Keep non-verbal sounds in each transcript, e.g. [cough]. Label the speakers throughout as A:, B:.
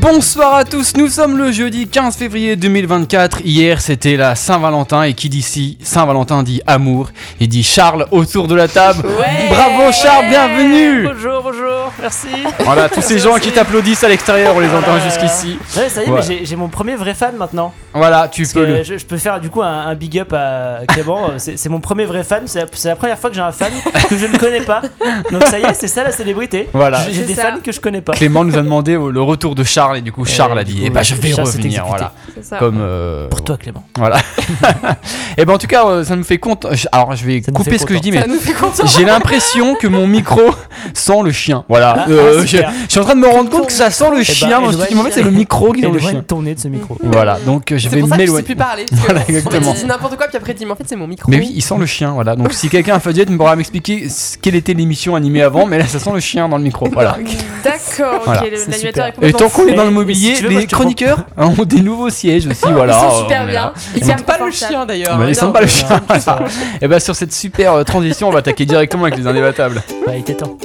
A: Bonsoir à tous, nous sommes le jeudi 15 février 2024. Hier, c'était la Saint-Valentin et qui dit si Saint-Valentin dit amour et dit Charles autour de la table.
B: Ouais,
A: Bravo Charles,
B: ouais.
A: bienvenue.
B: Bonjour, bonjour, merci
A: Voilà, tous ces
B: Merci,
A: gens
B: merci.
A: qui t'applaudissent à l'extérieur, on les entend
B: Voilà.
A: jusqu'ici.
B: Ouais, ça y est,
A: Ouais.
B: mais j'ai- j'ai mon premier vrai fan maintenant.
A: Voilà, tu
B: Parce
A: peux
B: que
A: le.
B: je, je peux faire du coup un, un big up à Clément.
A: [laughs]
B: c'est c'est mon premier vrai fan, c'est la, c'est la première fois que j'ai un fan que je ne connais pas. Donc ça y est, c'est ça la célébrité.
A: Voilà.
B: J'ai j'ai
C: C'est
B: des
C: ça.
B: fans que je connais pas.
A: Clément nous a demandé au- le retour de Charles et du coup Charles a
B: du
A: dit
B: coup,
A: Eh ben je vais
B: Charles s'est
A: revenir,
B: exécuté. Ah.
A: voilà.
C: C'est ça.
A: Comme. euh,
B: Pour toi, Clément.
A: Voilà. [laughs] et ben en tout cas, euh, ça me fait content. Alors je vais
B: Ça nous
A: couper
B: fait
A: ce que je dis, mais
C: Ça nous fait content.
A: J'ai l'impression que mon micro sent le chien. Voilà.
B: Ah,
A: Euh,
B: ah,
A: je,
B: super.
A: je suis en train de me rendre compte que ça sent le
B: ben,
A: chien. mais
B: elle
A: je me suis dit,
B: doit
A: en fait,
B: être-
A: c'est le micro qui
B: Il
A: sent le
B: devrait
A: chien.
B: être tourné de ce micro.
A: Voilà. Donc euh, je
C: C'est
A: vais
C: pour ça que je sais
A: m'éloigner.
C: plus parler. parce que,
A: Voilà,
C: en fait,
A: exactement.
C: il dit n'importe quoi, puis après, il dit Mais en fait, c'est mon micro.
A: Mais oui, il sent le chien, voilà. Donc si quelqu'un a feuilleté, me pourra m'expliquer ce- quelle était l'émission animée avant, mais là ça sent le chien dans le micro, voilà.
C: D'accord,
A: Voilà.
C: ok, le-
B: C'est
C: l'animateur est
B: super.
A: Et
C: complètement.
A: tant qu'on est
B: Mais-
A: dans le
B: mais si
A: mobilier,
B: tu veux, moi,
A: les
B: je te prends.
A: chroniqueurs ont des nouveaux sièges aussi,
C: Ils
A: voilà.
C: sont
A: Euh,
C: super
A: on est
C: bien.
A: là.
C: Ils
A: Ils
C: n'aiment pas le chien.
A: Bah,
C: d'ailleurs. [laughs]
A: ils
C: Non.
A: sentent pas le [laughs] chien. Et bah sur cette super euh, transition, on va attaquer directement avec les indébattables.
B: Bah, il était temps.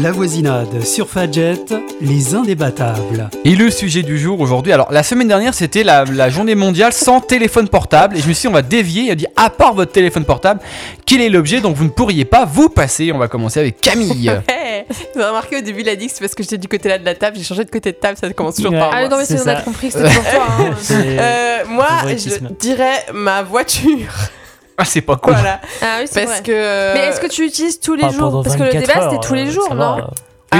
D: La voisinade sur Fadjet, les indébattables.
A: Et le sujet du jour aujourd'hui, alors la semaine dernière c'était la, la journée mondiale sans téléphone portable et je me suis dit on va dévier et dire à part votre téléphone portable, quel est l'objet dont vous ne pourriez pas vous passer On va commencer avec
C: [laughs]
A: Camille.
C: Ouais. Vous avez remarqué au début, il a dit que c'est parce que j'étais du côté là de la table, j'ai changé de côté de table, ça commence toujours
B: Ouais.
C: par.
B: Ah,
C: moi.
B: non, mais c'est- on a
E: compris que c'était pour toi. hein.
B: [laughs] C'est-
C: Euh, moi,
B: favoritisme.
C: je dirais ma voiture. [laughs]
A: ah c'est pas con.
C: Voilà.
E: Ah oui, c'est
C: Parce
E: vrai.
C: que.
E: Mais est-ce que tu l'utilises tous les
B: Pas pendant
E: jours Parce que le
B: 24
E: débat,
B: heures,
E: c'était tous les
B: euh,
E: jours,
B: ça va,
E: non
A: Oui,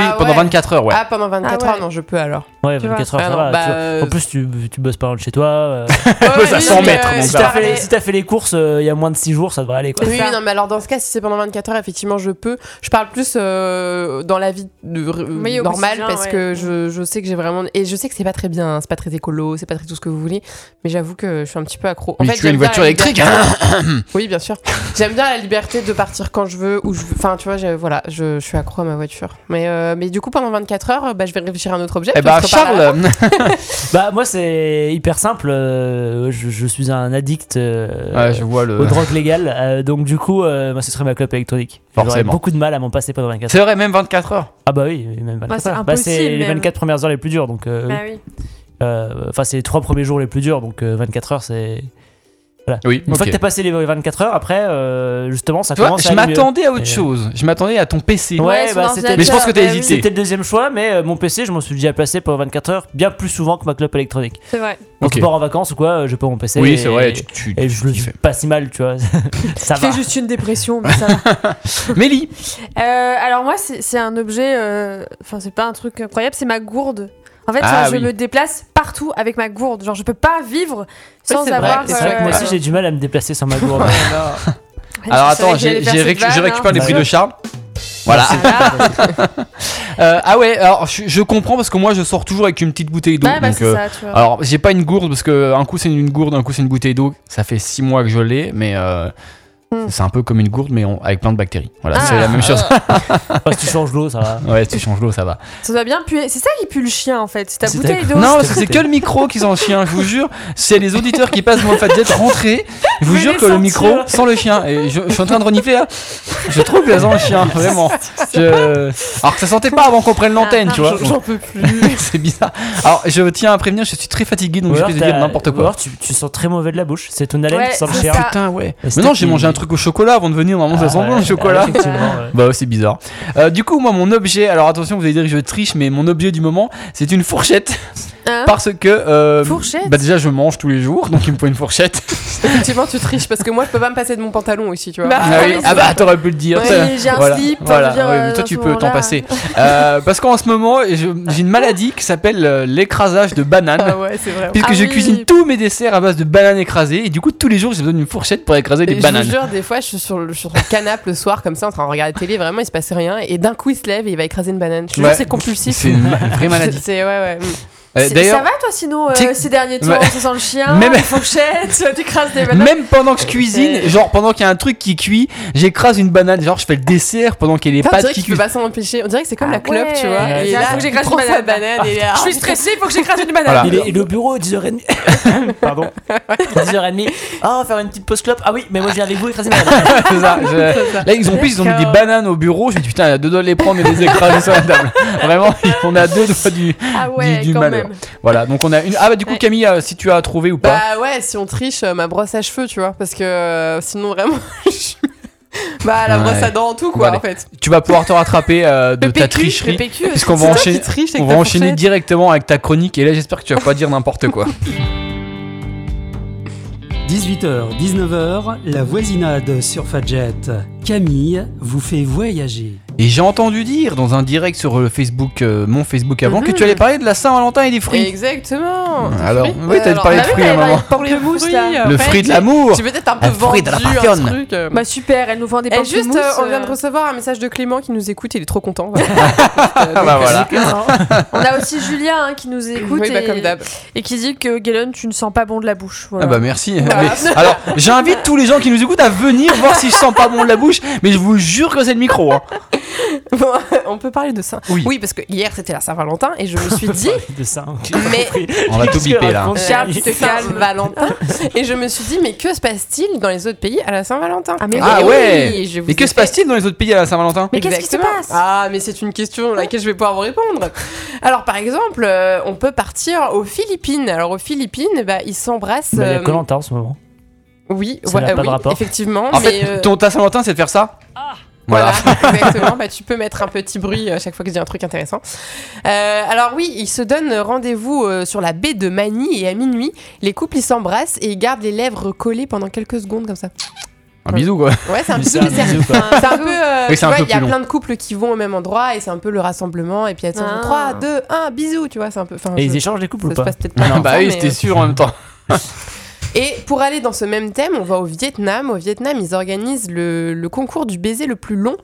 C: Ah
A: pendant
C: ouais.
A: 24 heures, ouais.
C: Ah, pendant 24
E: Ah ouais.
C: heures, non, je peux alors.
B: euh, Ouais, 24 heures,
C: Ah
B: ça
C: non,
B: va.
C: bah,
B: tu vois.
C: euh,
B: En plus, tu, tu bosses pas loin de chez toi. [laughs] euh,
C: Ouais,
A: Ça
C: oui,
A: s'en
C: mais,
A: mettre,
C: euh,
A: mon
C: si
B: si
A: gars.
C: t'as
B: t'as fait,
C: parlé-
B: si t'as fait les courses euh, il y a moins de 6 jours, ça devrait aller quoi.
C: Oui,
E: ça.
C: oui, non, mais alors dans ce cas, si c'est pendant 24 heures, effectivement, je peux. Je parle plus euh, dans la vie de, euh,
E: Oui, au
C: normale
E: quotidien,
C: parce
E: ouais. Mm.
C: que je, je sais que j'ai vraiment. Et je sais que c'est pas très bien, c'est pas très écolo, c'est pas très tout ce que vous voulez, mais j'avoue que je suis un petit peu accro.
A: Mais tu as
C: j'aime
A: une
C: bien
A: voiture
C: la
A: électrique
C: liberté-
A: hein
C: Oui, bien sûr. J'aime bien la liberté de partir quand je veux, ou je veux. Enfin, tu vois, j'ai- voilà, je, je suis accro à ma voiture. Mais, euh, mais du coup, pendant 24 heures, bah, je vais réfléchir à un autre objet.
A: [laughs] Eh
C: puis on
A: bah
C: se reparle à la-
A: Charles,
B: Bah moi c'est hyper simple, euh, je, je suis un addict euh,
A: ouais, je vois le.
B: aux drogues légales, euh, donc du coup euh, moi ce serait ma clope électronique. J'aurais
A: Forcément.
B: beaucoup de mal à m'en passer pendant 24
A: C'est vrai, même 24 heures.
B: Ah bah oui, même 24
E: Bah, c'est
B: heures. Bah, c'est
E: impossible,
B: les
E: même.
B: 24 premières heures les plus dures, donc euh,
E: Bah oui.
B: euh, enfin c'est les 3 premiers jours les plus durs, donc euh, 24 heures c'est...
A: Oui,
B: Une fois que t'as passé les 24 heures, après euh, justement ça
A: Tu vois,
B: commence à
A: je
B: aller mieux.
A: m'attendais à autre
B: Et-
A: chose. Je m'attendais à ton PC.
B: Ouais,
E: son
B: bah, c'était-
E: ordinateur,
A: Mais je pense que t'as
E: bah
A: hésité.
B: C'était le deuxième choix, mais euh, mon PC, je m'en suis déjà placé pendant 24 heures, bien plus souvent que ma clope électronique.
E: oui, C'est vrai.
B: Quand
A: Ok.
B: je pars en vacances ou quoi, euh, je peux mon PC.
A: Oui,
B: et-
A: c'est vrai. Tu, tu,
B: Et je le
A: tu
B: vis
A: fais.
B: pas si mal, tu vois. [laughs] ça va.
E: Fais juste une dépression, mais ça va.
A: Mélie,
E: [laughs] Euh, alors moi, c'est c'est un objet... euh, Enfin, c'est pas un truc incroyable, c'est ma gourde. En fait,
A: Ah
E: genre, je
A: oui.
E: me déplace partout avec ma gourde. Genre, je peux pas vivre sans
C: c'est vrai.
E: avoir... euh,
B: C'est vrai que moi aussi, j'ai du mal à me déplacer sans ma gourde.
A: Alors
C: Je savais
A: attends,
C: Ah, que
A: j'ai
C: j'allais faire
A: j'ai
C: cette
A: récu- je
C: vanne,
A: récupère
B: hein.
A: les bruits
E: Bah,
A: de
B: Ouais.
A: Charles. Voilà.
E: Ah,
A: Euh, ah ouais, alors je, je comprends parce que moi je sors toujours avec une petite bouteille d'eau.
E: Ouais, bah
A: donc,
E: c'est
A: euh,
E: ça, tu vois.
A: alors j'ai pas une gourde parce que un coup c'est une gourde, un coup c'est une bouteille d'eau. Ça fait 6 mois que je l'ai, mais euh,
E: Hmm.
A: c'est un peu comme une gourde mais on- avec plein de bactéries. Voilà,
E: Ah.
A: c'est la même
E: [laughs]
A: chose. [laughs]
B: Parce que tu changes l'eau, ça va.
A: ouais, tu changes l'eau, ça va.
E: Ça doit bien puer. C'est ça qui pue le chien, en fait. C'est ta
B: C'est
E: bouteille
B: ta-
E: d'eau.
A: non,
B: c'est
A: parce que c'est que
B: bouteille.
A: le micro qui s'en chien, je vous jure. C'est les auditeurs qui passent mon fait d'être rentrés. Je vous
E: Mais
A: jure
E: les
A: que le
E: sortir.
A: micro sans le chien. Et je, je suis en train de renifler là. Je trouve plaisant le chien,
E: [laughs]
A: vraiment. Je- Alors que ça sentait pas avant qu'on prenne l'antenne,
E: Ah,
A: tu vois.
C: J'en j'en peux plus.
A: [laughs] c'est bizarre. Alors, je tiens à prévenir, je suis très fatigué, donc
B: Ou
A: je
B: alors
A: peux te
B: t'as-
A: dire n'importe
B: ou
A: quoi.
B: alors tu, tu sens très mauvais de la bouche. C'est ton haleine
E: Ouais,
B: qui sent le
E: c'est
B: chien.
E: ça.
A: Putain, ouais.
B: Parce
A: Mais non,
B: que
A: j'ai
B: tu-
A: mangé un truc au chocolat avant de venir, normalement ça
B: Ah,
A: sent bon
B: ouais,
A: le chocolat.
B: ouais, effectivement, ouais.
A: Bah, ouais, c'est bizarre. Euh, du coup, moi, mon objet, alors attention, vous allez dire que je triche, mais mon objet du moment, c'est une fourchette.
E: Hein
A: Parce que. euh,
E: Fourchette
A: Bah, déjà, je mange tous les jours, donc il me faut une fourchette.
C: Effectivement, tu triches parce que moi, je peux pas me passer de mon pantalon aussi, tu vois.
E: Bah,
A: Ah,
E: Ah
A: oui.
E: oui,
A: Ah bah, t'aurais pu le dire.
E: Oui,
A: ça.
E: j'ai un
A: voilà,
E: slip, hein,
A: voilà.
E: je veux dire,
A: Ouais, mais
E: euh,
A: toi,
E: dans
A: tu
E: ce
A: peux t'en
E: moment-là.
A: passer. Euh, parce qu'en ce moment, je- j'ai une maladie qui s'appelle euh, l'écrasage de bananes.
C: Ah ouais, c'est vrai.
A: Puisque
E: Ah
A: je
E: oui.
A: cuisine tous mes desserts à base de bananes écrasées et du coup tous les jours j'ai besoin d'une fourchette pour écraser
C: Et
A: les
C: Je
A: bananes.
C: vous jure, des fois, je suis sur le, sur le canapé le soir, comme ça, en train de regarder la télé, vraiment, il se passe rien. Et d'un coup, il se lève et il va écraser une banane. Je te jure,
A: Ouais.
C: [laughs] c'est compulsif.
A: C'est une ma- vraie maladie.
C: C'est, ouais, ouais. mm.
A: Euh,
E: C'est-
A: D'ailleurs,
E: ça va toi sinon euh,
A: Tic-
E: ces derniers temps
A: Ouais.
E: Ça sent le chien,
A: Même-
E: les fourchettes, t'écrases des bananes.
A: même pendant que je cuisine,
C: Euh.
E: C'est-
A: genre pendant qu'il y a un truc qui cuit, j'écrase une banane, genre je fais le dessert pendant qu'il y a les
C: Putain, on
A: pâtes
C: dirait
A: qui
C: qu'il peut
A: cuisent. [laughs]
C: pas s'en empêcher. On dirait que c'est comme
E: Ah
C: la clope,
E: ouais.
C: tu vois.
E: Ouais,
C: et
E: c'est
C: là,
E: ça, faut que
C: il
E: j'écrase
C: prend
E: une
C: sa
E: banane.
C: banane et il est là,
E: Je suis
C: ah,
E: stressée, il faut que j'écrase une banane.
A: Voilà.
B: Il est, il est au bureau à 10h30.
A: [laughs]
B: [laughs] Pardon. 10h30. Ah, faire une petite pause clope. Ah oui, mais moi je viens avec vous écraser ma
A: [laughs]
B: [laughs] banane.
A: C'est
C: [laughs]
A: ça, je- Là, ils ont plus, ils ont mis des
C: D'accord.
A: bananes au bureau. Je me dis putain, il a deux doigts de les prendre et les écraser sur la table. [laughs] Vraiment, on a deux doigts du.
E: Ah ouais,
A: du
E: quand
A: malheur.
E: même.
A: Voilà, donc on a une. Ah bah du coup,
E: Ouais.
A: Camille, euh, si tu as trouvé ou pas.
C: Bah ouais, si on triche, euh, ma brosse à cheveux, tu vois, parce que euh, sinon vraiment. [laughs] je- bah la
A: Ouais.
C: brosse à dents en tout quoi
A: Bon,
C: en fait.
A: Tu vas pouvoir te rattraper euh, de ta tricherie.
C: Bah. le PQ,
A: parce qu'on
C: c'est
A: va
C: toi
A: enchaîner-
C: qui triches avec
A: On va
C: ta
A: enchaîner
C: fourchette.
A: directement avec ta chronique et là j'espère que tu vas pas dire n'importe quoi.
D: 18h, 19h, la voisinade sur Fadjet. Camille vous fait voyager.
A: Et j'ai entendu dire dans un direct sur le Facebook, euh, mon Facebook avant, que tu allais parler de la Saint-Valentin et des fruits.
C: Mhm. Exactement. des
A: Alors,
C: fruits.
A: oui, t'as
C: Alors,
A: parlé de
C: bah oui,
A: fruits à un
C: t'avais
A: moment.
C: parlé de porte-mousse
E: Fruits,
C: là.
A: Le
C: En fait,
A: fruit de
C: j'ai-
A: l'amour.
C: J'ai peut-être un peu
A: Un fruit
C: vendu
A: de la
C: un
A: passionne.
C: truc. euh,
E: Bah super, elle nous vend des
C: Et
E: pamplemousses.
C: juste, euh, on vient de
E: euh,
C: recevoir un message de Clément qui nous écoute, il est trop content.
A: [laughs]
C: voilà. Euh,
A: Ah bah voilà.
E: On a aussi Julien hein, qui nous écoute
C: Oui, bah,
E: et,
C: comme d'hab. [laughs]
E: et qui dit que Galen, tu ne sens pas bon de la bouche. Voilà.
A: Ah bah merci.
C: Voilà.
A: Mais- alors j'invite tous les gens qui nous écoutent à venir voir si je sens pas bon de la bouche, mais je vous jure que c'est le micro. hein.
C: Bon, on peut parler de ça.
A: Oui.
C: parce que hier c'était la Saint-Valentin et je me
A: [laughs]
C: suis dit, Euh,
B: de ça. ok.
C: mais
A: On va tout biper là.
C: Charles, c'est Saint-Valentin. Et je me suis dit, mais que se passe-t-il dans les autres pays à la Saint-Valentin
E: Ah, mais
A: Ah
C: Et
A: ouais.
C: oui, je vous
A: Mais
C: ai
A: que se
C: fait-
A: passe-t-il dans les autres pays à la Saint-Valentin
E: Mais qu'est-ce qui se
C: Exactement.
E: passe
C: Ah, mais c'est une question à laquelle je vais pouvoir vous répondre. Alors, par exemple, euh, on peut partir aux Philippines. Alors, aux Philippines, eh ben, ils s'embrassent.
B: Bah, Il
A: Bah,
B: y a
C: euh,
B: Colanta en ce moment.
C: oui,
B: Ça
C: voilà,
B: n'a pas
C: oui,
B: de rapport.
C: effectivement.
A: En
C: mais,
A: fait,
C: euh, Ah.
A: ton ta Saint-Valentin c'est de faire ça.
C: Voilà, exactement. Bah, tu peux mettre un petit bruit à chaque fois que je dis un truc intéressant. Euh, alors oui, ils se donnent rendez-vous euh, sur la baie de Manille et à minuit, les couples ils s'embrassent et ils gardent les lèvres collées pendant quelques secondes comme ça.
A: Un bisou quoi.
C: Ouais, c'est un
B: Mais
C: petit
B: c'est
C: peu
B: un bisou, quoi.
C: C'est un peu, euh,
A: Oui, c'est
C: tu
A: un
C: vois,
A: peu
C: il y a
A: plus long.
C: plein de couples qui vont au même endroit et c'est un peu le rassemblement et puis attends,
E: Ah.
C: 3, 2, 1, bisous, tu vois, c'est un peu. Enfin,
B: Et
C: je-
B: ils échangent les couples ou
C: ça se
B: pas
C: passe peut-être pas.
A: [laughs]
C: comme
A: bah
C: ça,
A: oui,
C: mais,
A: c'était
C: euh,
A: sûr en même temps.
C: Et pour aller dans ce même thème, on va au Vietnam. Au Vietnam, ils organisent le, le concours du baiser le plus long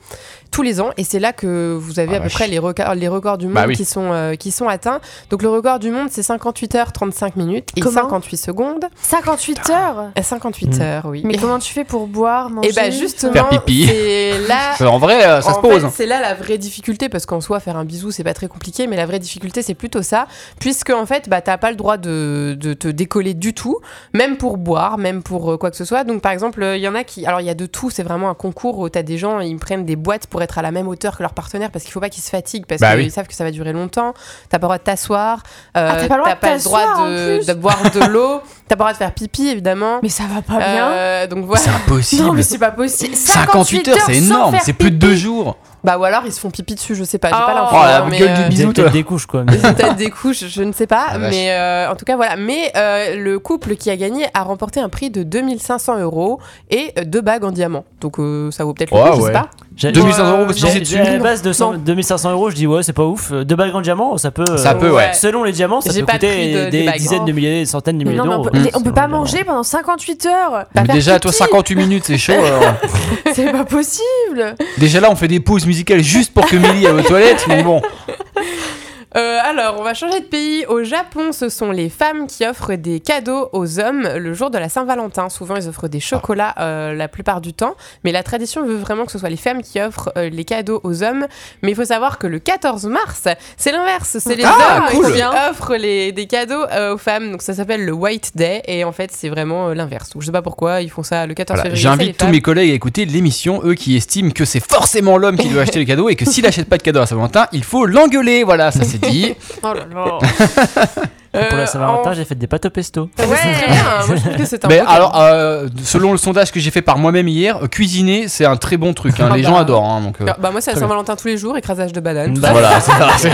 C: tous les ans. Et c'est là que vous avez
A: Ah,
C: à peu
A: vache.
C: près les, records, les records du monde
A: Bah oui.
C: qui, sont, euh, qui sont atteints. Donc le record du monde, c'est 58 heures 35 minutes et
E: Comment
C: 58 secondes.
E: 58 heures
C: Et 58
B: Mm.
C: heures, oui.
E: Mais comment tu fais pour boire, manger
C: et bah
A: Hmm. Faire
C: justement,
A: pipi. [laughs]
C: c'est là
A: Enfin, En vrai, euh, ça
C: Ah. en
A: se pose.
C: fait,
A: hein.
C: C'est là la vraie difficulté parce qu'en soi faire un bisou c'est pas très compliqué, mais la vraie difficulté c'est plutôt ça, puisque en fait bah t'as pas le droit de, de te décoller du tout, même pour boire, même pour euh, quoi que ce soit. Donc par exemple euh, il y en a qui, alors il y a de tout, c'est vraiment un concours où t'as des gens ils prennent des boîtes pour être à la même hauteur que leur partenaire parce qu'il faut pas qu'ils se fatiguent parce
A: Bah
C: qu'ils
A: oui.
C: savent que ça va durer longtemps. T'as pas le droit de t'asseoir, euh,
E: Ah, t'as pas le droit de t'asseoir, en
C: de,
E: plus.
C: de boire de l'eau, t'as pas le droit de faire pipi évidemment.
E: Mais ça va pas bien.
C: Euh, donc voilà.
A: C'est impossible.
E: Non, mais c'est pas possible.
A: 58 heures, c'est
E: sans
A: énorme,
E: faire
A: c'est plus de
E: pipi.
A: deux jours.
C: Bah ou alors ils se font pipi dessus, je sais pas, j'ai
E: Oh.
C: pas l'info.
A: Oh, la
C: hein, mais,
A: gueule du
C: euh,
A: bisou,
B: Ils
A: toi.
B: étaient des couches
A: [laughs]
B: quoi. mais-
C: peut-être des couches, je ne sais pas,
A: Ah, vache.
C: mais euh, en tout cas voilà. Mais euh, le couple qui a gagné a remporté un prix de 2500 euros et euh, deux bagues en diamant. Donc euh, ça vaut peut-être le
A: Ouais,
C: coup, je
A: ouais.
C: sais pas.
B: J'ai-
A: 2500 euros,
B: Ouais,
A: parce que c'est
B: j'ai-
A: dessus.
B: À la base de
C: Non.
B: 2500 euros, je dis ouais, c'est pas ouf. Euh, Deux bagues en diamant, ça peut. euh,
A: Ça peut, ouais.
B: Selon les diamants, ça
C: J'ai
B: peut
C: pas le prix
B: coûter
C: de- des
B: des
C: bagues.
B: dizaines de milliers, des centaines de
E: Mais
B: milliers
E: non, mais on
B: d'euros.
E: peut,
B: Ouais,
E: les- on
B: selon
E: peut pas
B: les diamants.
E: manger pendant 58 heures.
C: Pas
A: Mais
C: faire
A: Bah, déjà, toi,
C: pipi.
A: 58 minutes, c'est chaud.
C: [laughs]
A: alors.
E: [laughs] C'est pas [laughs] possible.
A: Déjà là, on fait des pauses musicales juste pour que Millie aille aux toilettes, mais bon.
C: Euh, alors on va changer de pays. Au Japon, ce sont les femmes qui offrent des cadeaux aux hommes le jour de la Saint-Valentin. Souvent ils offrent des chocolats
A: Ah.
C: euh, la plupart du temps, mais la tradition veut vraiment que ce soit les femmes qui offrent euh, les cadeaux aux hommes. Mais il faut savoir que le 14 mars, c'est l'inverse. C'est les
A: Ah,
C: hommes
A: cool.
C: qui offrent les, des cadeaux euh, aux femmes. Donc ça s'appelle le White Day. Et en fait, c'est vraiment euh, l'inverse. Donc je sais pas pourquoi ils font ça le 14
A: Voilà,
C: février.
A: J'invite tous mes collègues à écouter l'émission, eux qui estiment que c'est forcément l'homme qui doit acheter les cadeaux et que s'il achète pas de cadeaux à Saint-Valentin, il faut l'engueuler. Voilà, ça c'est dit.
E: Oh
B: Pour
E: euh,
B: la Saint-Valentin, j'ai fait des pâtes au
E: [laughs]
B: pesto.
C: Euh, Ouais, c'est très bien. Moi, je trouve que [laughs] c'est
A: [laughs]
C: un
A: Mais
C: beau cadeau.
A: alors, euh, selon le sondage que j'ai fait par moi-même hier, euh, cuisiner c'est un très bon truc.
C: [laughs]
A: hein.
C: Ah
A: les
C: bah.
A: gens adorent. hein, donc, euh,
C: Ah, Bah moi c'est la
A: très bien.
C: Saint-Valentin tous les jours, écrasage de bananes. tout
B: Bah,
A: [laughs] voilà,
C: [laughs]
A: c'est ça, c'est-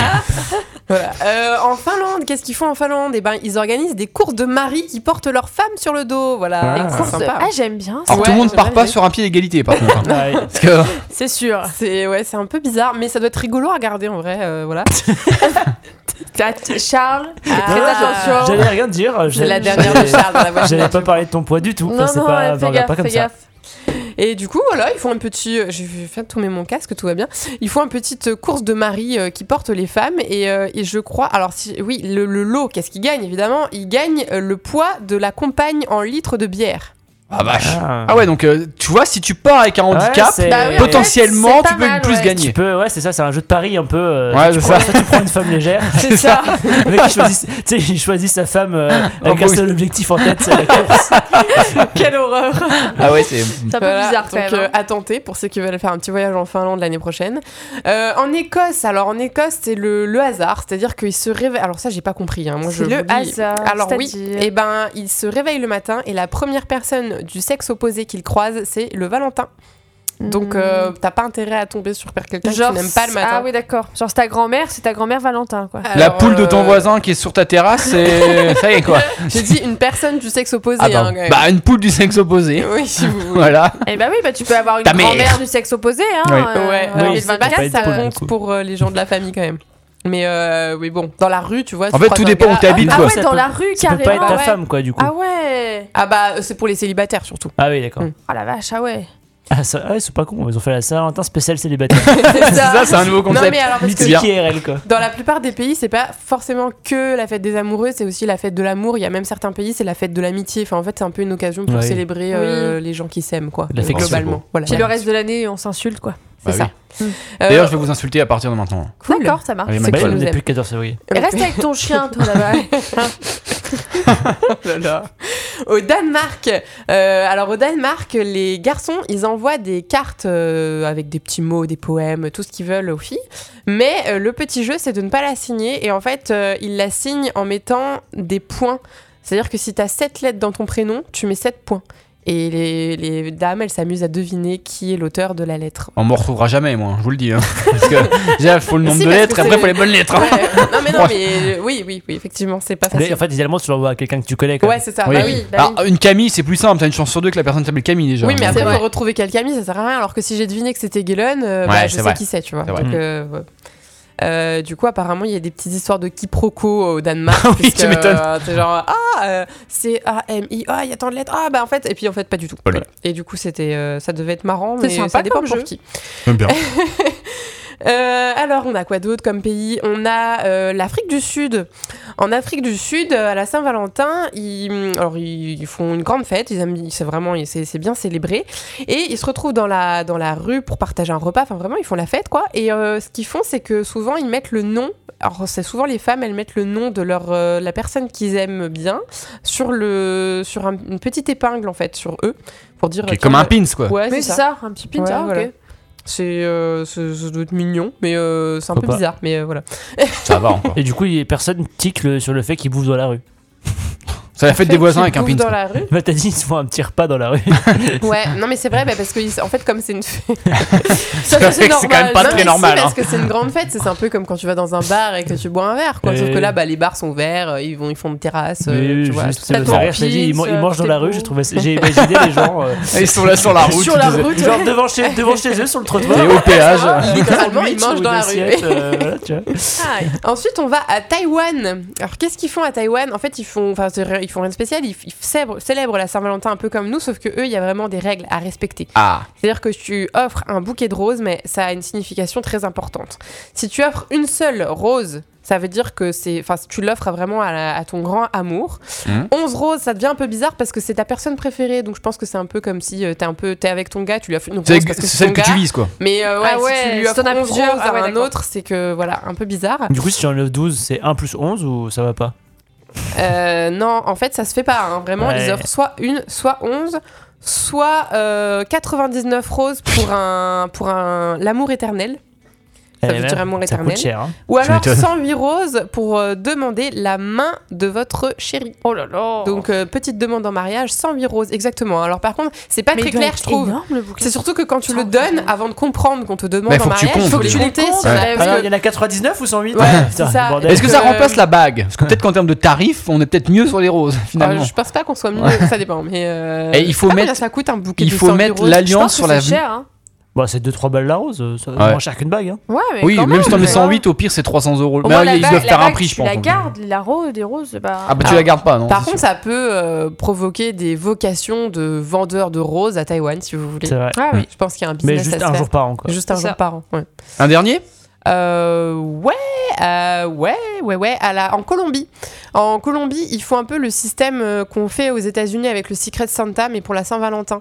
C: Voilà. Euh, en Finlande, qu'est-ce qu'ils font en Finlande Eh ben, ils organisent des courses de maris qui portent leurs femmes sur le dos. Voilà.
B: Ah.
C: C'est
E: Course-
C: sympa.
E: Ah, j'aime bien. ça.
A: Alors, tout le
C: Ouais,
A: monde
C: c'est
A: part
C: vrai,
A: pas
C: mais-
A: sur un pied d'égalité par contre. hein.
B: Ouais.
A: Parce que
E: C'est sûr.
C: C'est ouais, c'est un peu bizarre, mais ça doit être rigolo à regarder en vrai. euh, voilà.
E: Charles,
C: Ah,
E: fais attention.
B: J'allais rien dire.
C: C'est
B: j'allais- [laughs]
C: la dernière de Charles dans la voiture.
B: J'allais pas parler de ton poids du tout.
E: Non,
B: ça, c'est
E: non,
B: pas,
E: fais
B: on va
E: gaffe, [laughs]
B: pas comme
E: fais
B: ça.
E: gaffe.
C: Et du coup, voilà, ils font un petit. euh, Je vais faire tomber mon casque, tout va bien. Ils font une petite course de mari euh, qui porte les femmes. Et, euh, et je crois. Alors, si, oui, le, le lot, qu'est-ce qu'ils gagnent évidemment Ils gagnent euh, le poids de la compagne en litres de bière.
A: Ah vache.
B: Ah.
A: Ah ouais, donc euh, tu vois, si tu pars avec un
B: Ouais,
A: handicap,
B: c'est-
C: Bah oui, en fait,
A: potentiellement,
C: c'est pas
A: tu peux
C: mal,
A: plus
C: ouais.
B: Tu
A: gagner.
B: peux, ouais, c'est ça, c'est un jeu de pari un peu. euh,
A: Ouais, c'est
B: tu, prends,
A: ça.
B: soit [laughs] tu prends une femme légère,
A: [laughs]
C: C'est ça.
B: le mec il choisit, tu sais, il choisit sa femme euh, avec
A: bah
B: un
A: oui.
B: seul objectif en tête, c'est la course.
C: Quelle horreur
A: Ah ouais, c'est.
E: C'est un peu
C: Voilà,
E: bizarre quand
C: donc,
E: même.
C: euh,
E: hein.
C: à tenter pour ceux qui veulent faire un petit voyage en Finlande l'année prochaine. Euh, en Écosse, alors en Écosse, c'est le, le hasard, c'est-à-dire qu'ils se réveillent. Alors ça, j'ai pas compris. hein, Moi, je
E: C'est le
C: vous dis-
E: hasard,
C: Alors oui,
E: c'est-à-dire
C: et ben ils se réveillent le matin et la première personne du sexe opposé qu'ils croisent, c'est le Valentin. Donc
E: Hmm.
C: euh, t'as pas intérêt à tomber sur quelqu'un que tu
E: Genre,
C: n'aimes pas le matin.
E: Ah oui, d'accord. Genre, c'est ta grand-mère, c'est ta grand-mère Valentin, quoi.
A: La
C: Alors,
A: poule de ton
C: euh,
A: voisin qui est sur ta terrasse,
C: [laughs]
A: c'est. Ça y est quoi.
C: J'ai dit une personne du sexe opposé.
A: Ah bah,
C: hein, quand même.
A: bah, une poule du sexe opposé.
C: [laughs] oui, si vous voulez.
A: Voilà.
C: [laughs]
E: Eh bah oui, bah tu peux avoir une
A: Ta mère.
E: grand-mère du sexe opposé, hein.
A: Ouais.
E: euh,
C: Ouais,
E: euh,
C: en
B: oui,
C: 2024,
B: c'est pas une
C: ça
B: poule, du
C: compte
B: coup.
C: pour euh, les gens de la famille quand même. Mais euh, oui, bon, dans la rue, tu vois. tu
A: En fait,
C: croises
A: tout
C: un
A: dépend où
C: gars-
A: t'habites
E: Ah
A: quoi.
E: ouais,
B: Ça
E: dans
B: peut-
E: la rue,
B: Ça peut
E: carrément.
B: pas être ta
E: ouais.
B: femme, quoi, du coup.
E: Ah ouais.
C: Ah bah, c'est pour les
A: [laughs]
C: célibataires surtout.
B: Ah oui, d'accord.
C: Mm.
E: Ah la vache, ah ouais.
B: Ah, ça- ah, c'est pas con, ils ont fait la Saint-Valentin spéciale célibataire.
A: C'est ça, c'est un nouveau
C: Non
A: concept.
C: mais euh, alors parce que
A: C'est bien.
B: Mythique IRL, quoi.
C: dans la plupart des pays, c'est pas forcément que la fête des amoureux, c'est aussi la fête de l'amour. Il y a même certains pays, c'est la fête de l'amitié. Enfin, en fait, c'est un peu une occasion pour
B: Ouais.
C: célébrer euh, les gens qui s'aiment, quoi.
B: L'affection.
C: Globalement, voilà.
E: Puis le reste de l'année, on s'insulte, quoi.
C: c'est
A: Bah
C: ça.
E: oui.
C: Euh,
A: D'ailleurs, je vais vous insulter à partir de maintenant.
C: cool.
E: D'accord, ça marche.
A: Allez,
C: C'est
A: ma
B: Bah,
C: qui
A: gueule.
B: on
C: nous
B: est
C: aime.
B: plus que 14 février.
E: Et Reste avec ton chien, toi, là-bas.
C: Oh là là. Au Danemark, euh, alors au Danemark, les garçons, ils envoient des cartes euh, avec des petits mots, des poèmes, tout ce qu'ils veulent aux filles. Mais euh, le petit jeu, c'est de ne pas la signer. Et en fait, euh, ils la signent en mettant des points. C'est-à-dire que si tu as 7 lettres dans ton prénom, tu mets 7 points. Et les, les dames, elles s'amusent à deviner qui est l'auteur de la lettre.
A: On me retrouvera jamais, moi, je vous le
C: [laughs]
A: dis. hein. Parce que déjà, il faut le nombre
C: Si,
A: de
C: parce
A: lettres,
C: que
A: et après,
C: c'est-
A: il faut les bonnes lettres.
C: Ouais,
A: hein.
C: euh, non mais non
A: Ouais.
C: mais euh, oui oui oui effectivement c'est pas
B: Mais
C: Ah, facile.
B: en fait, idéalement, tu l'envoies à quelqu'un que tu connais, quoi.
C: Ouais c'est ça.
A: Oui.
C: Bah oui. bah oui.
A: Alors, une Camille, c'est plus simple. T'as une chance sur deux que la personne s'appelle Camille déjà.
C: Oui, mais
A: Donc,
C: après,
A: euh,
C: pour retrouver quelqu'un, Camille, ça sert à rien. Alors que si j'ai deviné que c'était Galen, euh, bah,
A: Ouais,
C: je
A: c'est
C: sais
A: vrai.
C: qui c'est, tu vois.
A: C'est vrai.
C: Donc, euh, ouais. Euh, du coup, apparemment, il y a des petites histoires de quiproquo au Danemark.
A: Ah [laughs] oui,
C: puisque,
A: tu m'étonnes.
C: euh, C'est genre, ah, euh, c'est A-M-I, ah, il y a tant de lettres, ah, bah en fait, et puis en fait, pas du tout.
A: Voilà.
C: Et du coup, c'était, euh, ça devait être marrant,
E: C'est
C: mais
E: sympa
C: ça dépend
E: comme
C: pour
E: jeu.
C: qui.
A: J'aime bien.
C: Euh, alors, on a quoi d'autre comme pays On a euh, l'Afrique du Sud. En Afrique du Sud, euh, à la Saint-Valentin, ils, mm, alors, ils ils font une grande fête. Ils aiment, c'est vraiment, c'est c'est bien célébré. Et ils se retrouvent dans la dans la rue pour partager un repas. Enfin, vraiment, ils font la fête, quoi. Et euh, ce qu'ils font, c'est que souvent ils mettent le nom. Alors, c'est souvent les femmes, elles mettent le nom de leur euh, la personne qu'ils aiment bien sur le sur un- une petite épingle en fait sur eux pour dire.
A: Ok,
C: euh,
A: Comme un
C: tiens,
A: pins, quoi.
C: Ouais,
E: Oui, c'est ça, un petit pin,
C: Ouais,
E: ça, ok.
C: voilà. c'est euh, c'est- ça doit être mignon, mais euh, c'est un peu
B: Pourquoi pas
C: bizarre. Mais euh, voilà.
A: Ça va
C: [laughs]
A: encore.
B: Et du coup, il y a personne tique le- sur le fait qu'il bouffe dans la rue. [laughs]
A: Ça la fête des voisins avec
C: Qui
A: un
C: bouffe
A: pins.
C: dans
A: quoi.
C: la
A: [laughs]
C: rue.
B: Bah, t'as dit, ils se font un petit repas dans la rue.
C: Ouais, non mais c'est vrai, bah, parce que ils- en fait comme c'est
A: [laughs]
C: une fête,
E: Ça,
A: C'est
E: ça,
A: vrai
E: c'est
A: que c'est
E: normal.
A: quand même pas
C: Non,
A: très
C: mais si,
A: normal,
C: parce
A: hein.
C: que c'est une grande fête, c'est c'est un peu comme quand tu vas dans un bar et que tu bois un verre, quoi. Sauf
B: Et-
C: que là, bah les bars sont ouverts, euh, ils vont, ils font une terrasse, euh,
B: [laughs] Mais
C: tu vois.
B: juste,
C: tout
B: ça
C: ça.
B: me
E: ton
B: fait rire, t'as dit, ils man-
E: pizza,
B: ils mangent dans la
E: t'es
B: rue,
E: beau.
B: j'ai trouvé ça- j'ai imaginé les gens. euh,
A: Ah, Ils sont là sur
C: [laughs]
A: la route.
E: Sur la
A: ils
E: route,
B: Genre
E: ouais.
B: devant chez, devant chez eux, sur [laughs] le
A: étaient
B: trottoir.
A: au péage.
B: Avec un
C: Littéralement, ils
B: sandwich
C: mangent
B: ou
C: dans
B: une
C: la rue.
B: assiette, euh, voilà, tu vois.
C: Ensuite, on va à Taïwan. Alors, qu'est-ce qu'ils font à Taïwan En fait, ils font, enfin, c'est rien- ils font rien de spécial. Ils, ils célèbrent, célèbrent la Saint-Valentin un peu comme nous, sauf que eux, il y a vraiment des règles à respecter.
A: Ah,
C: C'est-à-dire que tu offres un bouquet de roses, mais ça a une signification très importante. Si tu offres une seule rose, ça veut dire que c'est, enfin, tu l'offres vraiment à, la- à ton grand amour.
A: Mhm.
C: 11 roses, ça devient un peu bizarre parce que c'est ta personne préférée, donc je pense que c'est un peu comme si euh, t'es un peu, t'es avec ton gars, tu lui offres une rose
A: c'est
C: parce
A: c'est
C: que c'est
A: celle
C: ton
A: que
C: gars.
A: tu vises, quoi.
C: Mais euh, ouais,
E: Ah ouais,
C: si tu lui
E: si
C: offres
E: t'en as
C: 11 roses
E: plusieurs, ah
C: à
E: ouais,
C: un
E: d'accord.
C: autre, c'est que voilà, un peu bizarre.
B: Du coup, si tu enlèves 12, c'est 1 plus 11 ou ça va pas
C: Euh, non, en fait, ça se fait pas. hein. Vraiment,
B: Ouais.
C: ils offrent soit une, soit 11, soit euh, 99 roses pour un, pour un l'amour éternel. Ça
B: Eh
C: veut
B: ben,
C: dire amour
B: Ça
C: éternel.
B: coûte cher. hein.
C: Ou alors
A: m'étonnes.
C: 108 roses pour euh, demander la main de votre chéri.
E: Oh là là.
C: Donc, euh, petite demande en mariage, 108 roses, exactement. Alors, par contre, c'est pas
E: Mais
C: très
E: il doit
C: clair,
E: être
C: je trouve.
E: énorme, le bouquet.
C: C'est surtout que quand tu le
E: 108
C: donnes,
E: roses.
C: avant de comprendre qu'on te demande
A: Mais faut
C: en
A: que tu
C: mariage,
A: comptes,
C: faut que tu
A: les
C: les comptes.
E: comptes,
C: s'il y en a-
E: ouais.
C: parce
B: Alors,
C: que-
B: Ah, il y en a 99 ou 108
C: Ouais,
B: Putain,
C: c'est
B: le
C: ça.
B: bordel.
A: Est-ce que ça
C: Euh,
A: remplace la bague Parce que peut-être qu'en termes de tarif, on est peut-être mieux sur les roses,
E: Ah,
C: Euh,
A: finalement.
C: je pense pas qu'on soit mieux, ça dépend. Mais euh,
A: Et il faut
C: je sais pas
A: mettre-
C: combien ça coûte un bouquet
A: Il
C: de
A: faut
C: 108
A: mettre
C: roses.
E: Je pense
A: l'alliance
E: que
A: sur la
E: c'est cher, hein.
B: Bah, c'est 2-3 balles la rose, euh, ça va
A: Ouais.
B: moins cher qu'une bague. Hein.
E: Ouais, mais
A: Oui,
E: quand
A: même si t'en mets
E: mais-
A: 108, au pire, c'est 300 euros.
E: Au
A: Mais
E: moins,
A: là,
E: la
A: ils
E: bague-
A: doivent
E: la
A: faire un
E: bague,
A: prix, je
E: tu
A: pense.
E: la gardes, la rose, des roses, c'est pas-
A: Ah, bah, tu la gardes pas, non
C: Par
A: c'est
C: contre,
A: sûr.
C: ça peut euh, provoquer des vocations de vendeurs de roses à Taïwan, si vous voulez.
B: C'est vrai.
E: Ah oui.
C: Je pense qu'il y a un
B: Mais
C: business à
B: juste
C: se
B: un
C: faire.
B: jour par an, quoi.
C: Juste un
E: C'est
C: jour
E: ça.
C: par an. Ouais,
A: Un
E: [laughs]
A: dernier
C: Euh, ouais, euh, ouais, ouais, ouais. À la, en Colombie, en Colombie, ils font un peu le système euh, qu'on fait aux États-Unis avec le Secret Santa, mais pour la Saint-Valentin.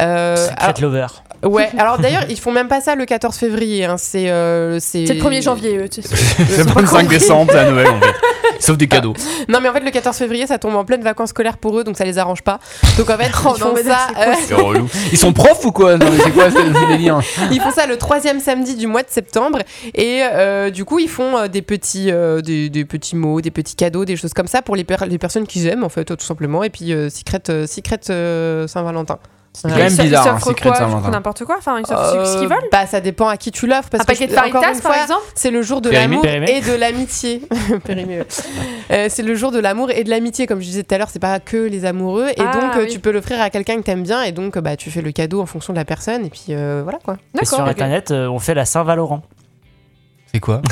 C: Euh,
B: Secret
C: alors-
B: Lover.
C: ouais. Alors d'ailleurs, ils font même pas ça le 14 février. hein, C'est euh,
E: C'est le 1er janvier, eux, tu sais.
A: C'est le 25 décembre, c'est à Noël en fait.
E: [laughs]
A: Ah. Sauf des cadeaux.
C: Non, mais en fait, le 14 février, ça tombe en pleine vacances scolaires pour eux, donc ça les arrange pas. Donc en fait,
E: [laughs] Oh
C: ils
E: non,
C: font
E: mais
C: ça.
E: c'est quoi
C: euh,
A: C'est relou. Ils sont profs ou quoi Non, mais c'est quoi ce ce
E: [laughs]
A: délire
C: ils font ça le troisième samedi du mois de septembre et euh, du coup ils font euh, des petits euh, des, des petits mots des petits cadeaux des choses comme ça pour les, per- les personnes qu'ils aiment en fait euh, tout simplement et puis euh, secret euh, secret euh, Saint Valentin
A: C'est quand même
E: Ils se-
A: bizarre,
E: Ils
A: un
E: s'offrent
A: secret
E: quoi
A: de
E: du coup,
A: Saint-Valentin.
E: N'importe quoi. Enfin, ils s'offrent ce qu'ils veulent.
C: bah ça dépend à qui tu l'offres parce
E: Un
C: que
E: paquet de
C: je- encore
E: Faritas,
C: une
E: par
C: fois,
E: exemple.
C: c'est le jour de
A: Périmé.
C: l'amour
B: Périmé.
C: et de l'amitié [laughs] Périmé, ouais. Euh, c'est le jour de l'amour et de l'amitié comme je disais tout à l'heure c'est pas que les amoureux et
E: Ah,
C: donc euh,
E: oui.
C: tu peux l'offrir à quelqu'un que t'aimes bien et donc euh, bah tu fais le cadeau en fonction de la personne et puis euh, voilà quoi
B: Et sur
E: D'accord. ok.
B: internet, euh, on fait la
C: [laughs]
B: Saint-Valorant. [laughs]
A: C'est quoi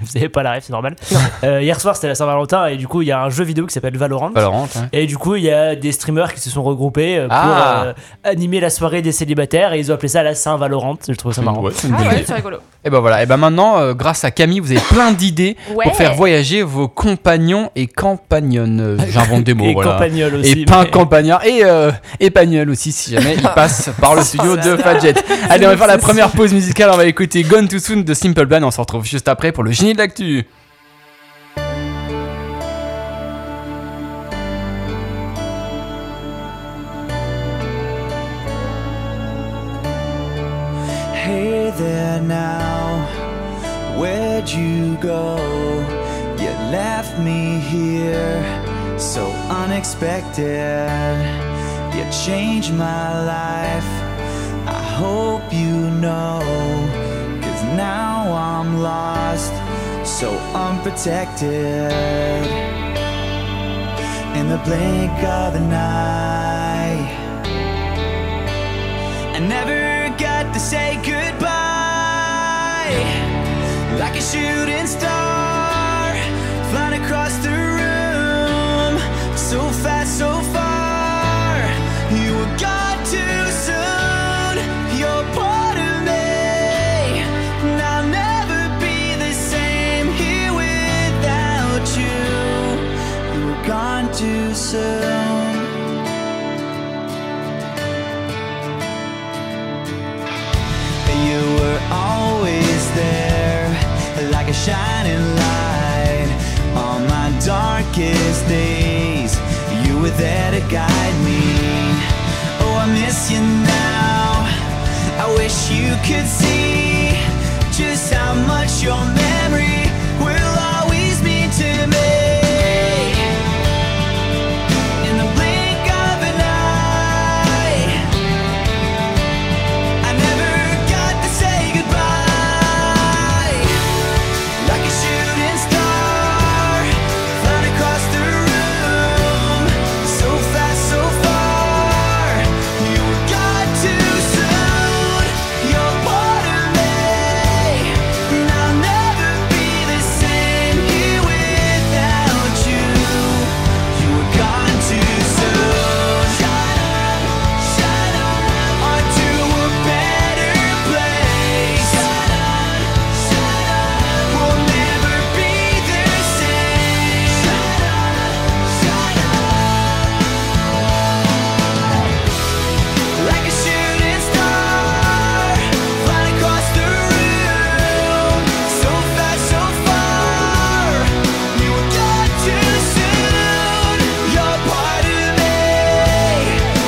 B: Vous savez pas la ref, c'est normal. Euh, hier soir, c'était la Saint-Valentin et du coup, il y a un jeu vidéo qui s'appelle Valorant.
A: Valorant, ouais.
B: Et du coup, il y a des streamers qui se sont regroupés euh, pour
A: Ah.
B: euh, animer la soirée des célibataires et ils ont appelé ça la Saint-Valorant. Je trouve ça marrant.
A: Ouais, c'est une
E: Ah
A: bonne
E: ouais,
A: idée.
E: c'est rigolo.
A: Et ben voilà, et ben maintenant, euh, grâce à Camille, vous avez plein d'idées pour faire voyager vos compagnons et compagnonnes. Euh, J'invente des mots,
B: et
A: voilà.
B: Campagnol aussi.
A: et pain
B: mais-
A: campagnard et euh, et Pagnol aussi si jamais il passe par le studio de Fadjet. Allez, on va faire la première pause musicale, on va écouter Gone Too Soon de Simple Plan, on se retrouve juste après pour le génie de l'actu.
F: Hey there now, where'd you go? You left me here, so unexpected. You changed my life, I hope you know. Cause now I'm lost, so unprotected. In the blink of the night. I never got to say goodbye. Like a shooting star, flying across the room. So fast, so far. You were gone too soon. You're part of me. And I'll never be the same here without you. You were gone too soon. You were always there, like a shining light on my darkest days. You were there to guide me. Oh, I miss you now. I wish you could see just how much your memory will always mean to me. In the blink of an eye. I never got to say goodbye. Like a shooting star, flying across the room, so fast, so far. You were gone too soon. You're part of me, and I'll never be the same here without you. You were gone too soon. Shine up, shine up onto a better place. We'll never be the same. Like a shooting star, flying across the room, so fast, so far. You were gone too soon. You're part of me,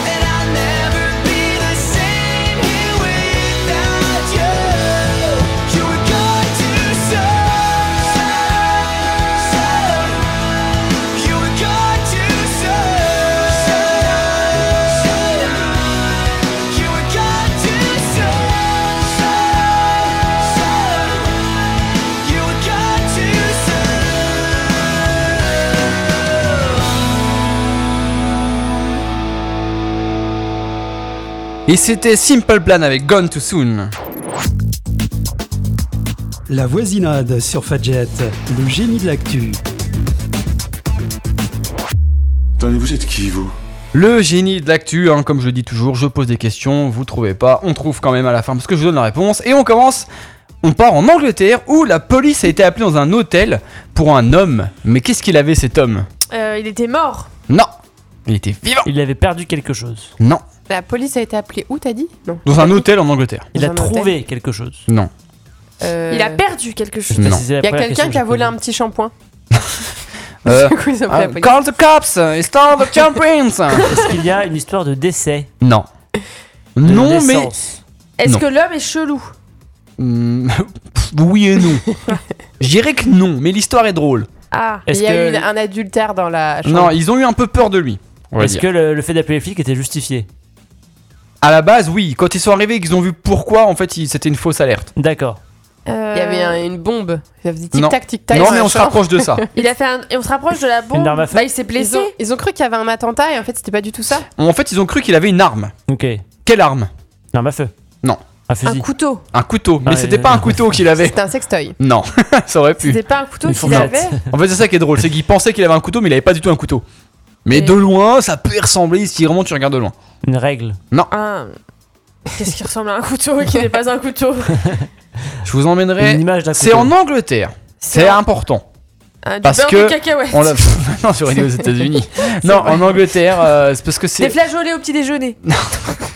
F: and I'll never be the same here without you. You were gone too soon. You were gone too soon. You were gone too soon. You were gone too soon.
A: Et c'était Simple Plan avec Gone Too Soon.
D: La voisinade sur Fadjet, le génie de l'actu.
G: Attendez, vous êtes qui, vous
A: Le génie de l'actu, hein, comme je le dis toujours, je pose des questions, vous trouvez pas, on trouve quand même à la fin parce que je vous donne la réponse. Et on commence, on part en Angleterre où la police a été appelée dans un hôtel pour un homme. Mais qu'est-ce qu'il avait cet homme
E: Euh, il était mort.
A: Non Il était vivant
B: Il avait perdu quelque chose.
A: Non
C: La police a été appelée où, t'as dit Non.
A: Dans un hôtel en Angleterre.
B: Il
C: Dans
B: a
C: un
B: trouvé quelque chose.
A: Non.
C: Euh,
E: Il a perdu quelque chose.
B: Je sais pas
A: Non.
B: si c'est la
C: Il y a
B: première
C: quelqu'un
B: question
C: qui a
B: que j'ai
C: volé
B: posée.
C: un petit shampoing.
E: [laughs]
A: Euh,
C: Du coup, ils ont appelé la
A: ah,
C: police.
A: call the cops, it's time the champions
B: Est-ce qu'il y a une histoire de décès
A: [laughs] Non.
B: de
A: Non mais...
B: naissance
E: Est-ce
A: Non.
E: que l'homme est chelou
A: Hmm, [laughs] pff, oui et non. [laughs] Je dirais que non, mais l'histoire est drôle.
E: Ah.
C: Il
B: Est-ce
C: y a eu
B: que,
C: une- un adultère dans la chambre.
A: Non, ils ont eu un peu peur de lui. on va
B: est-ce
A: dire.
B: que le, le fait d'appeler les flics était justifié
A: À la base, oui. Quand ils sont arrivés et qu'ils ont vu pourquoi, en fait, ils- c'était une fausse alerte.
B: D'accord.
E: Euh,
C: Il y avait un- une bombe. Ça faisait
A: Non.
C: tic-tac, tic-tac.
A: non,
C: dans
A: mais
C: la
A: on se
C: chambre.
A: rapproche de [laughs] ça.
E: Il a fait un. Et on se rapproche de la bombe.
B: arme à feu.
E: Bah, il s'est
C: Ils
E: blessé.
C: ont, ils ont cru qu'il y avait un attentat et en fait c'était pas du tout ça.
A: en fait, ils ont cru qu'il avait une arme.
B: Ok.
A: Quelle arme
B: Une arme à feu
A: Non.
B: Un
E: Un
B: fusil.
E: couteau.
A: Un couteau. Mais
B: Ouais,
A: c'était
B: ouais,
A: pas un
B: ouais.
A: couteau qu'il avait.
C: C'était un sextoy.
A: [laughs] Non, ça aurait pu.
E: C'était pas un couteau
B: Une
E: qu'il
B: fourchette.
E: avait.
A: En fait, c'est ça qui est drôle. C'est qu'il pensait qu'il avait un couteau, mais il avait pas du tout un couteau. Mais
E: Et-
A: de loin, ça peut y ressembler si vraiment tu regardes de loin.
B: Une règle.
E: Un. Qu'est-ce qui ressemble à un couteau et qui n'est pas un couteau
A: Je vous
B: Une
A: emmènerai.
B: image d'un
A: C'est
B: couteau.
A: en Angleterre.
E: [laughs]
A: C'est
E: un.
A: important.
E: un- Du
A: parce
E: beurre
A: que
E: de cacahuète.
A: On
C: [laughs]
A: l'a. [laughs] non, j'aurais dit aux États-Unis. non, en Angleterre, euh, c'est parce que
E: Des
A: c'est
E: flageolets au
A: [laughs]
E: petit déjeuner.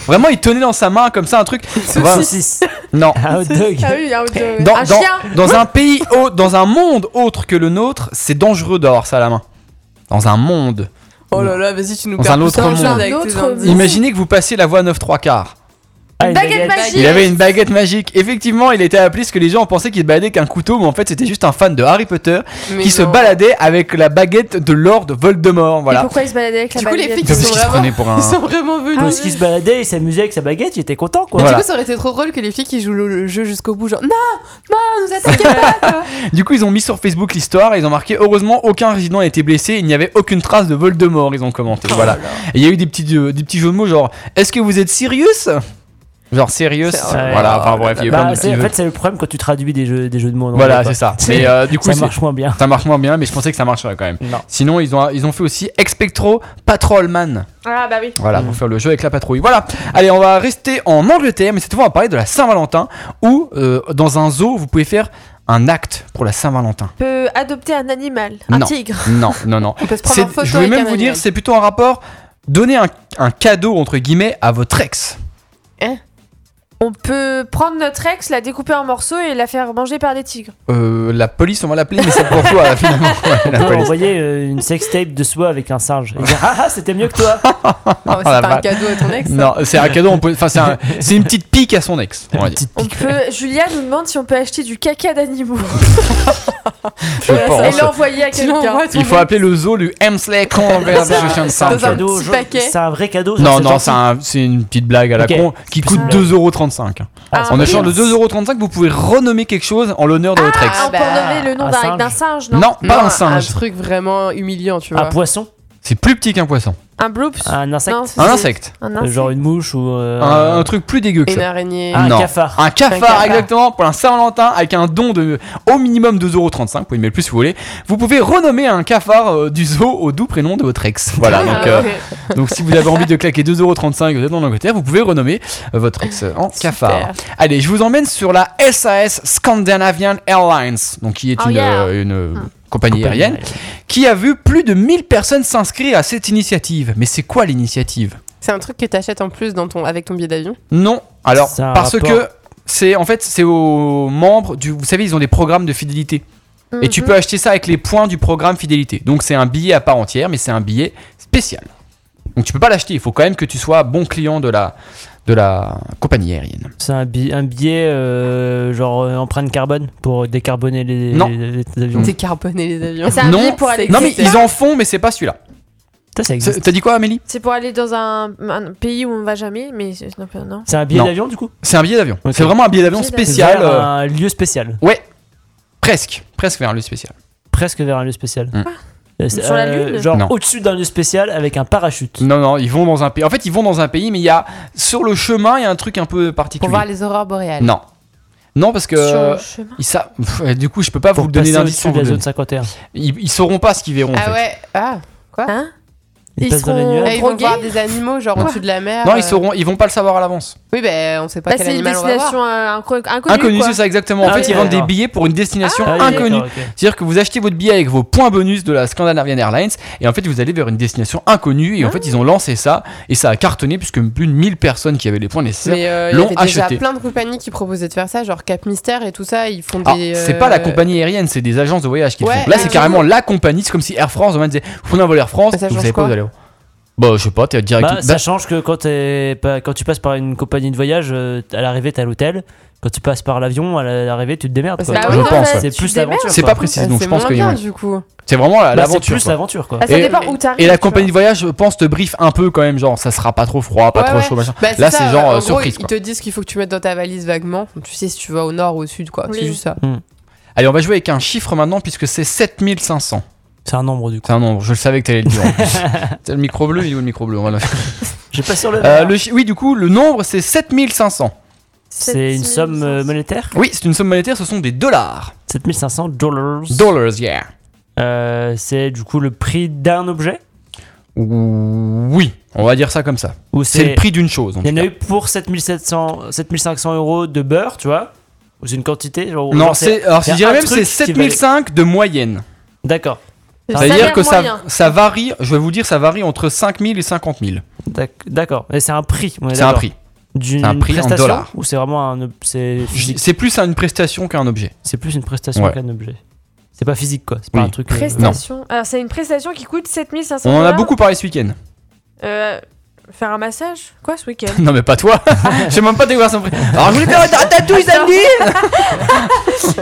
A: vraiment il tenait dans sa main comme ça un truc. Vraiment- [laughs]
B: Saucisse.
A: Non.
B: Un hot dog.
E: Ah oui, un, hot
C: Euh,
E: dog.
A: Dans,
E: Un
A: dans-
E: chien.
A: dans un pays, au- dans un monde autre que le nôtre, c'est dangereux d'avoir ça à la main. Dans un monde.
C: Oh là là, vas-y, tu nous
A: Dans
C: perds
A: un
C: tout
A: autre
C: ça,
A: monde.
C: Charles,
E: Un
C: avec tes
E: autre
C: indices.
E: monde.
A: Imaginez que vous passiez la voie 9 3 quarts.
B: Ah, une
E: Baguette magique.
A: Il avait une baguette magique. Effectivement, il était appelé ce que les gens pensaient qu'il se baladait qu'un couteau, mais en fait c'était juste un fan de Harry Potter
C: Mais
A: qui se
C: non.
A: baladait avec la baguette de Lord Voldemort.
E: Et
A: Voilà.
E: pourquoi il se baladait avec la
C: Du coup, les
E: baguette
C: flics,
E: [laughs]
C: ils
A: Parce
C: sont
A: qu'il se
C: vraiment-
A: prenait pour
C: Ils
A: un.
C: sont vraiment venus.
B: Parce qu'il se baladait, il s'amusait avec sa baguette, il était content quoi.
A: Ouais. Voilà. Oh
C: Ah Du coup, ça aurait été trop drôle que les filles qui jouent le, le jeu jusqu'au bout, genre non, non, nous
E: [laughs]
C: attaquez pas. quoi.
A: Du coup, ils ont mis sur Facebook l'histoire et ils ont marqué heureusement aucun résident n'a été blessé, il n'y avait aucune trace de Voldemort. Ils ont commenté. Voilà. Et il y a eu des petits, euh, des petits jeux de mots genre est-ce que vous êtes Sirius Genre Sirius.
C: C'est
B: vrai.
A: Voilà. Enfin bref, il y a eu
B: Bah,
A: plein de
B: c'est-
A: petits
B: en
A: jeux.
B: fait, c'est le problème quand tu traduis des jeux, des jeux de mots. en
A: Voilà,
B: anglais,
A: c'est ça.
B: [laughs] quoi.
A: Mais euh, du coup,
B: ça
A: c'est-
B: marche moins bien.
A: ça marche moins bien, mais je pensais que ça marcherait quand même.
B: Non.
A: Sinon, ils ont, ils ont fait aussi Expectro Patrolman.
E: Ah bah oui.
A: Voilà,
B: Mm.
A: pour faire le jeu avec la patrouille. Voilà. Allez, on va rester en Angleterre, mais cette fois, on va parler de la Saint-Valentin, où euh, dans un zoo, vous pouvez faire un acte pour la Saint-Valentin.
E: Peut adopter un animal. Un
A: Non.
E: tigre.
A: Non, non, non.
C: On peut se prendre en
A: C'est-
C: photo.
A: Je voulais
C: avec
A: même
C: un
A: vous
C: animal.
A: dire, c'est plutôt un rapport donner un, un cadeau entre guillemets à votre ex.
E: On peut prendre notre ex, la découper en morceaux et la faire manger par des tigres.
A: Euh, la police, on va l'appeler, mais c'est pour toi [laughs] finalement. Ouais, [laughs] la
B: On peut
A: police.
B: envoyer euh, une sextape de soi avec un singe et dire ah ah, c'était mieux que
C: [laughs]
B: toi.
C: Ah ouais,
A: Oh la
C: c'est pas un
A: vache.
C: cadeau à ton ex.
A: Non, c'est un cadeau. on peut- Enfin, c'est un- c'est une petite pique à son ex. On va dire.
E: On peut. Julia nous demande si on peut acheter du
A: [laughs]
E: caca d'animaux
A: Je
E: et
A: pense.
E: l'envoyer à
C: Tu l'envoies
E: quelqu'un.
C: à ton
A: Il faut
C: ex.
A: appeler le zoo du Hemsley Conservation
C: C'est un
A: Center.
C: cadeau. petit
B: je-
C: paquet.
B: C'est un vrai cadeau. genre,
A: Non,
B: c'est
A: non,
B: gentil.
A: c'est un- c'est une petite blague à la
B: Ok.
A: con qui coûte
B: blague.
A: 2,35€.
B: Ah, c'est
A: En
B: pas
A: échange de
B: bien.
A: 2,35€, vous pouvez renommer quelque chose en l'honneur de votre ex.
E: Ah, on peut
C: bah,
E: donner le nom
B: un
E: d'un
B: singe.
E: d'un singe, non,
A: Non, pas
C: Non, ah,
A: un singe.
C: Un truc vraiment humiliant, tu vois.
A: Ah,
B: Un poisson,
A: C'est plus petit qu'un poisson.
E: Un bloops
A: Ah.
B: un insecte,
E: Non,
A: Un
E: c'est-
A: insecte.
E: Un
B: euh,
E: insecte.
B: genre une mouche ou euh,
A: Un un truc plus dégueu que
C: Une
A: ça.
C: araignée.
B: ah, un
A: Non.
B: cafard.
A: Un cafard,
C: cafard.
A: exactement, pour un Saint-Valentin, avec un don de au minimum 2,35€, vous pouvez y mettre plus si vous voulez. Vous pouvez renommer un cafard euh, du zoo au doux prénom de votre ex. Voilà,
C: Ah,
A: donc, euh,
C: ok.
A: donc si vous avez envie de claquer 2,35€ et vous êtes en Angleterre, vous pouvez renommer euh, votre ex euh, en cafard. Allez, je vous emmène sur la SAS Scandinavian Airlines, donc qui est
E: Oh
A: une,
E: yeah.
A: euh, une, euh, compagnie aérienne, qui a vu plus de 1000 personnes s'inscrire à cette initiative. Mais c'est quoi l'initiative
C: C'est un truc que t'achètes en plus dans ton, avec ton billet d'avion.
A: Non, alors
B: C'est un
A: parce
B: rapport.
A: que c'est en fait c'est aux membres du vous savez ils ont des programmes de fidélité
E: Ah, Mhm.
A: et tu peux acheter ça avec les points du programme fidélité. Donc c'est un billet à part entière mais c'est un billet spécial. Donc tu peux pas l'acheter, il faut quand même que tu sois bon client de la de la compagnie aérienne.
B: C'est un, bi- un billet euh, genre euh, empreinte carbone pour décarboner les,
A: Non.
B: les- les avions.
C: Décarboner les avions.
E: C'est un
A: Non,
E: billet pour aller.
A: Non mais
C: existe.
A: ils en font mais c'est pas celui-là.
B: Ça, ça
A: C'est-
B: existe.
A: T'as dit quoi Amélie
E: C'est pour aller dans un, un pays où on va jamais, mais c'est- non, non.
B: C'est un billet
A: Non.
B: d'avion du coup.
A: C'est un billet d'avion.
B: Ok.
A: C'est vraiment un billet d'avion
E: Billet d'avion.
A: spécial.
B: Vers
A: euh,
B: un lieu spécial,
A: Ouais. Presque, presque vers le spécial.
B: presque vers un lieu spécial.
A: Hmm.
B: Euh, c'est-
E: Sur la
B: euh,
E: Lune
A: Non.
B: Genre au-dessus d'un lieu spécial avec un parachute.
A: Non non, ils vont dans un pays. En fait, ils vont dans un pays mais il y a sur le chemin, il y a un truc un peu particulier.
C: Pour voir les aurores boréales.
A: Non. Non, parce que.
E: Sur
A: euh,
E: le chemin.
A: ils sa- Pff, euh, du coup, je peux pas vous
B: Pour
A: le donner
B: passer
A: d'indice
B: au-dessus
A: sans
B: de
A: vous
B: la
A: le
B: zone
A: donner.
B: 51.
A: Ils, ils sauront pas ce qu'ils verront. en
C: Ah
A: fait.
C: ouais, ah.
E: Hein
B: Ils
E: Ils
B: passent dans les
E: seront-
C: Eh,
B: nuages.
C: ils vont
E: Drogués
C: voir des animaux genre au-dessus de la mer.
A: Non,
C: euh.
A: ils sauront, ils vont pas le savoir à l'avance.
C: Oui, ben on sait pas
E: Bah,
C: quel
E: c'est une
C: animal on va voir.
E: destination euh, inco- inconnue.
A: Inconnue,
E: quoi.
A: c'est ça exactement. En
B: Ah
A: fait,
B: oui,
A: ils vendent des
B: d'accord.
A: billets pour une destination
B: Ah oui,
A: inconnue.
B: d'accord, ok.
A: C'est-à-dire que vous achetez votre billet avec vos points bonus de la Scandinavian Airlines et en fait vous allez vers une destination inconnue et en
C: Ah.
A: fait ils ont lancé ça et ça a cartonné puisque plus de 1000 personnes qui avaient les points nécessaires.
C: Mais euh, il y
A: l'ont
C: avait déjà
A: acheté.
C: plein de compagnies qui proposaient de faire ça, genre Cap Mystère et tout ça. Ils font
A: Alors,
C: des.
A: Ah, c'est
C: euh,
A: pas la compagnie aérienne, c'est des agences de voyage qui le
C: Ouais,
A: font. Là,
C: ah
A: c'est
C: oui.
A: carrément la compagnie. C'est comme si Air France, on disait, vous prenez un vol Air France,
C: Mais ça
A: vous
C: change
A: savez pas où
C: quoi
A: vous allez. où. Bah, je sais pas, t'es direct.
B: Bah,
A: Bah,
B: ça change que quand, t'es pas- quand tu passes par une compagnie de voyage, euh, à l'arrivée, t'es à l'hôtel. Quand tu passes par l'avion, à la- l'arrivée, tu te démerdes.
C: Bah,
B: quoi.
C: c'est
E: Bah
A: Je
E: oui,
A: pense,
E: non,
A: ouais.
E: mais
B: C'est
E: tu
B: plus
E: te démerdes.
B: l'aventure.
A: c'est
B: quoi.
A: pas précisé,
C: euh,
A: donc je
C: c'est
A: pense
C: moins
A: que
C: bien du coup.
A: c'est vraiment la-
B: Bah, c'est
A: l'aventure.
B: plus
A: quoi.
B: l'aventure quoi.
E: Bah, ça
A: Et-
E: dépend où t'arrives.
A: Et la
E: tu vois.
A: compagnie de voyage, je pense, te brief un peu quand même, genre ça sera pas trop froid, pas
C: Ouais,
A: trop
C: ouais.
A: chaud, machin.
C: Bah,
A: Là,
C: ça,
A: c'est genre,
C: en
A: euh,
C: gros,
A: surprise,
C: Ils te disent qu'il faut que tu mettes dans ta valise vaguement. Tu sais si tu vas au nord ou au sud, quoi. C'est
E: Oui.
C: juste ça.
A: Allez, on va jouer avec un chiffre maintenant puisque c'est 7500.
B: C'est un nombre du coup.
A: C'est un nombre, je le savais que t'allais le dire. en
B: [laughs]
A: plus. T'as le micro bleu, il est où le micro bleu Voilà.
B: J'ai pas sur le. hein.
A: Euh, le chi- oui, du coup, le nombre c'est 7500.
B: C'est une
E: 7500.
B: somme euh, monétaire
A: Oui, c'est une somme monétaire, ce sont des dollars.
B: 7500 dollars.
A: Dollars, yeah.
B: Euh, c'est du coup le prix d'un objet
A: Oui, on va dire ça comme ça.
B: Ou
A: C'est le prix d'une chose. en
B: Il y en
A: tout
B: a
A: cas.
B: eu pour 7700, 7500 euros de beurre, tu vois Ou c'est une quantité genre,
A: Non,
B: genre,
A: c'est. Alors,
B: il y
A: je
B: a
A: dirais
B: un
A: même
B: truc
A: c'est
B: qui valait-
A: 7005 de moyenne.
B: D'accord.
E: Le
B: Ça veut
E: salaire
A: C'est-à-dire que ça,
E: moyen.
A: ça varie, je vais vous dire, ça varie entre 5000 et 50 000.
B: D'ac- D'accord. Et c'est un prix. on est
A: C'est un
B: Ah, d'accord.
A: prix.
B: D'une
A: C'est un prix en
B: prestation,
A: dollars.
B: Ou c'est vraiment un. ob- C'est physique.
A: C'est plus une prestation qu'un objet.
B: C'est plus une prestation
A: Ouais.
B: qu'un objet. C'est pas physique quoi. C'est pas
A: Oui.
B: un truc. euh,
E: Prestation. Alors, c'est une prestation qui coûte 7500
A: On en a
E: dollars.
A: beaucoup parlé ce week-end.
E: Euh, faire un massage Quoi ce week-end
A: Non mais pas toi J'ai même pas découvert son prix Alors je voulais faire un ratatouille samedi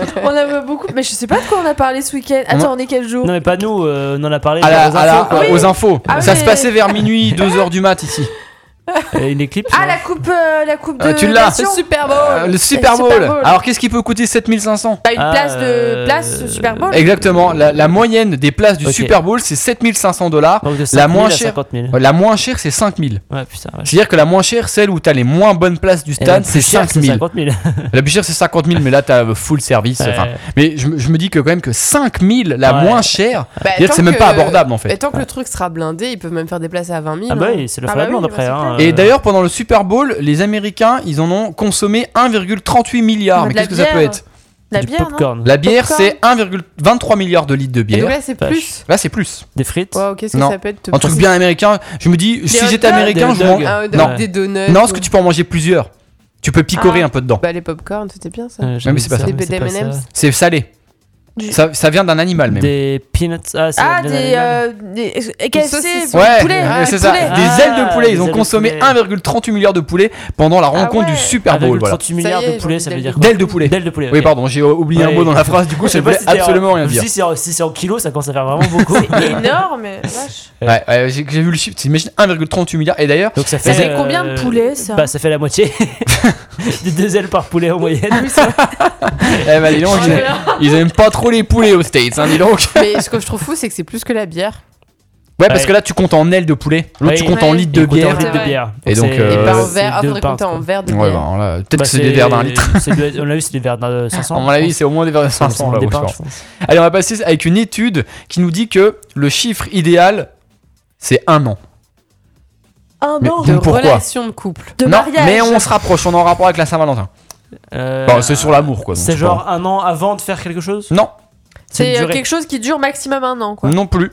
E: [laughs] On en a beaucoup, mais je sais pas de quoi on a parlé ce week-end. Attends, on est quel jour
B: Non, mais pas nous. euh, on en a parlé.
A: à la-
B: genre, aux
A: à la-
B: infos, quoi.
A: euh, Aux infos
E: Ah
A: Ça
E: oui.
A: se passait vers minuit, 2h du mat ici
B: Euh, Une éclipse.
E: Ah,
B: non
E: la coupe, euh, la coupe de. Ah,
A: Euh, tu l'as.
E: nation.
A: Le
C: Super beau.
A: Euh, Le Super
E: Super
A: Bowl
E: Bowl.
A: Alors qu'est-ce qui peut coûter 7500
E: T'as une
B: Ah,
E: place de
B: euh,
E: place Super Bowl.
A: Exactement, la, la moyenne des places du
B: Ok.
A: Super Bowl c'est 7500 dollars
B: Donc de 5
A: La
B: 000
A: moins
B: à
A: chère.
B: 50 000.
A: La moins chère c'est 5000
B: Ouais, putain. ouais.
A: C'est-à-dire que la moins chère, celle où t'as les moins bonnes places du
B: Et la
A: stade,
B: plus
A: c'est
B: chère,
A: 5000
B: 50 000.
A: La plus chère c'est 50 000 mais là t'as euh, full service enfin.
B: Ouais.
A: Mais je, me- je me dis que quand même que 5000 la
B: Ouais.
A: moins chère
C: Bah,
A: C'est-à-dire que
C: tant
A: c'est même pas abordable en fait
C: Et tant que le truc sera blindé, ils peuvent même faire des places à 20 000.
B: Ah bah
C: hein.
B: oui, c'est le
E: Ah
B: frère
E: bah
B: de monde
E: oui, bah
B: après.
E: c'est
B: hein,
A: Et
B: euh,
A: d'ailleurs, pendant le Super Bowl, les Américains, ils en ont consommé 1,38 milliard.
E: Ah,
A: Mais
E: de la
A: qu'est-ce que ça peut
E: bière.
A: être
E: La
B: du
E: bière, non
B: popcorn,
A: La bière,
E: Popcorn.
A: c'est 1,23 milliard de litres de
C: Et donc
A: bière.
C: là, c'est
B: Vache.
C: plus.
A: Là, c'est plus.
B: des frites.
C: Waouh, qu'est-ce que
A: Non.
C: ça peut être te
A: Un truc
C: passer
A: bien américain. Je me dis, si
C: hot
A: j'étais
C: dogs,
A: américain,
B: des
A: je
B: hot
A: mange.
B: dogs.
C: Un hot dog,
A: Non.
C: des donuts.
A: Non, parce que
C: ou-
A: tu peux en manger plusieurs. Tu peux picorer
E: Ah.
A: un peu dedans.
C: Bah, les popcorn, c'était bien ça.
B: Euh,
A: mais c'est pas ça.
C: Des
B: mais c'est pas ça.
C: M&M's.
A: C'est salé.
E: Du-
A: Ça, ça vient d'un animal même.
B: Des peanuts. Ah, c'est
E: Ah,
B: des-
E: des, euh, des KFC,
C: saucisses.
E: du
A: Ouais,
E: poulet.
A: ouais,
E: du
A: c'est ça.
E: poulet.
A: Des
B: Ah,
A: ailes de poulet.
B: des
A: Ils ont
B: ailes de
A: consommé
B: poulet.
A: 1,38 milliard de poulet pendant la rencontre du
E: Ah ouais.
A: Super Bowl. Voilà.
B: 38 milliards
C: Ça y est,
B: de poulets,
C: j'ai
B: ça
C: dit
B: veut dire
C: d'aller.
B: quoi
A: D'ailes de poulet.
B: D'ailes de poulet.
A: Oui,
B: ok.
A: pardon, j'ai oublié un
B: Ouais.
A: mot dans la phrase. Du coup,
B: [laughs] Je
A: ça
B: sais
A: ne
B: pas
A: voulait
B: si c'est en-
A: absolument rien dire.
B: Si c'est en- si c'est en kilos, ça commence à faire vraiment beaucoup.
E: Ah, Énorme. vache.
B: Ouais.
A: Ouais, ouais, j'ai j'ai vu le chiffre, t'imagines 1,38 milliard. Et
B: [laughs]
A: d'ailleurs,
B: Donc ça
E: Ça
B: fait.
E: fait
B: euh,
E: combien de poulets, ça
B: Bah, ça fait la moitié. [laughs] Des deux ailes par poulet en moyenne.
A: eh ben, dis donc,
E: Oh
A: ils,
E: là là.
A: ils aiment pas trop les poulets aux States, hein, dis donc.
C: Mais ce que je trouve fou, c'est que c'est plus que la bière.
A: Ouais, parce
B: Ouais.
A: que là, tu comptes en ailes de poulet. L'autre, tu
B: Ouais.
A: comptes en
E: Ouais.
A: litres de
B: Et compter en
A: bière.
B: litres
E: C'est
B: de
E: vrai.
B: bière.
A: Et donc,
B: c'est-
A: Euh,
C: et pas en
B: c'est
C: verre. Ah,
B: deux
C: faudrait
B: pintes,
C: compter en
B: quoi.
C: verre de
A: Ouais,
C: bière.
A: bah, là, peut-être
B: Bah,
A: que c'est des verres d'un litre.
B: c'est de- On a vu, c'est des verres d'un euh, 500.
A: À mon avis, c'est au moins des verres de 500 là, ouais, je pense. Allez, on va passer avec une étude qui nous dit que le chiffre idéal, c'est un an.
E: Un
A: Mais-
E: an
A: Donc,
C: De
A: pourquoi
C: relation de couple.
E: de
A: non,
E: mariage.
A: mais on se rapproche, on est en rapport avec la Saint-Valentin. Enfin, Bah, c'est sur l'amour, quoi. donc
B: Euh, C'est
A: pas-
B: genre un an avant de faire quelque chose
A: Non,
B: c'est une
E: C'est euh,
B: durée.
E: quelque chose qui dure maximum un an, quoi.
A: non plus, Hmm.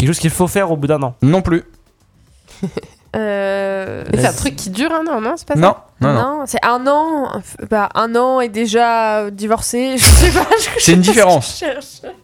B: Quelque chose qu'il faut faire au bout d'un an.
A: non plus.
E: Euh,
C: Mais c'est un truc qui dure un an, non C'est pas ça
A: Non, non,
E: Non,
A: non.
E: c'est un an. Bah, un an et déjà euh, divorcé. [laughs] Je sais pas. je- je sais
A: C'est une
E: pas ce que
A: différence. Euh,
E: je cherche.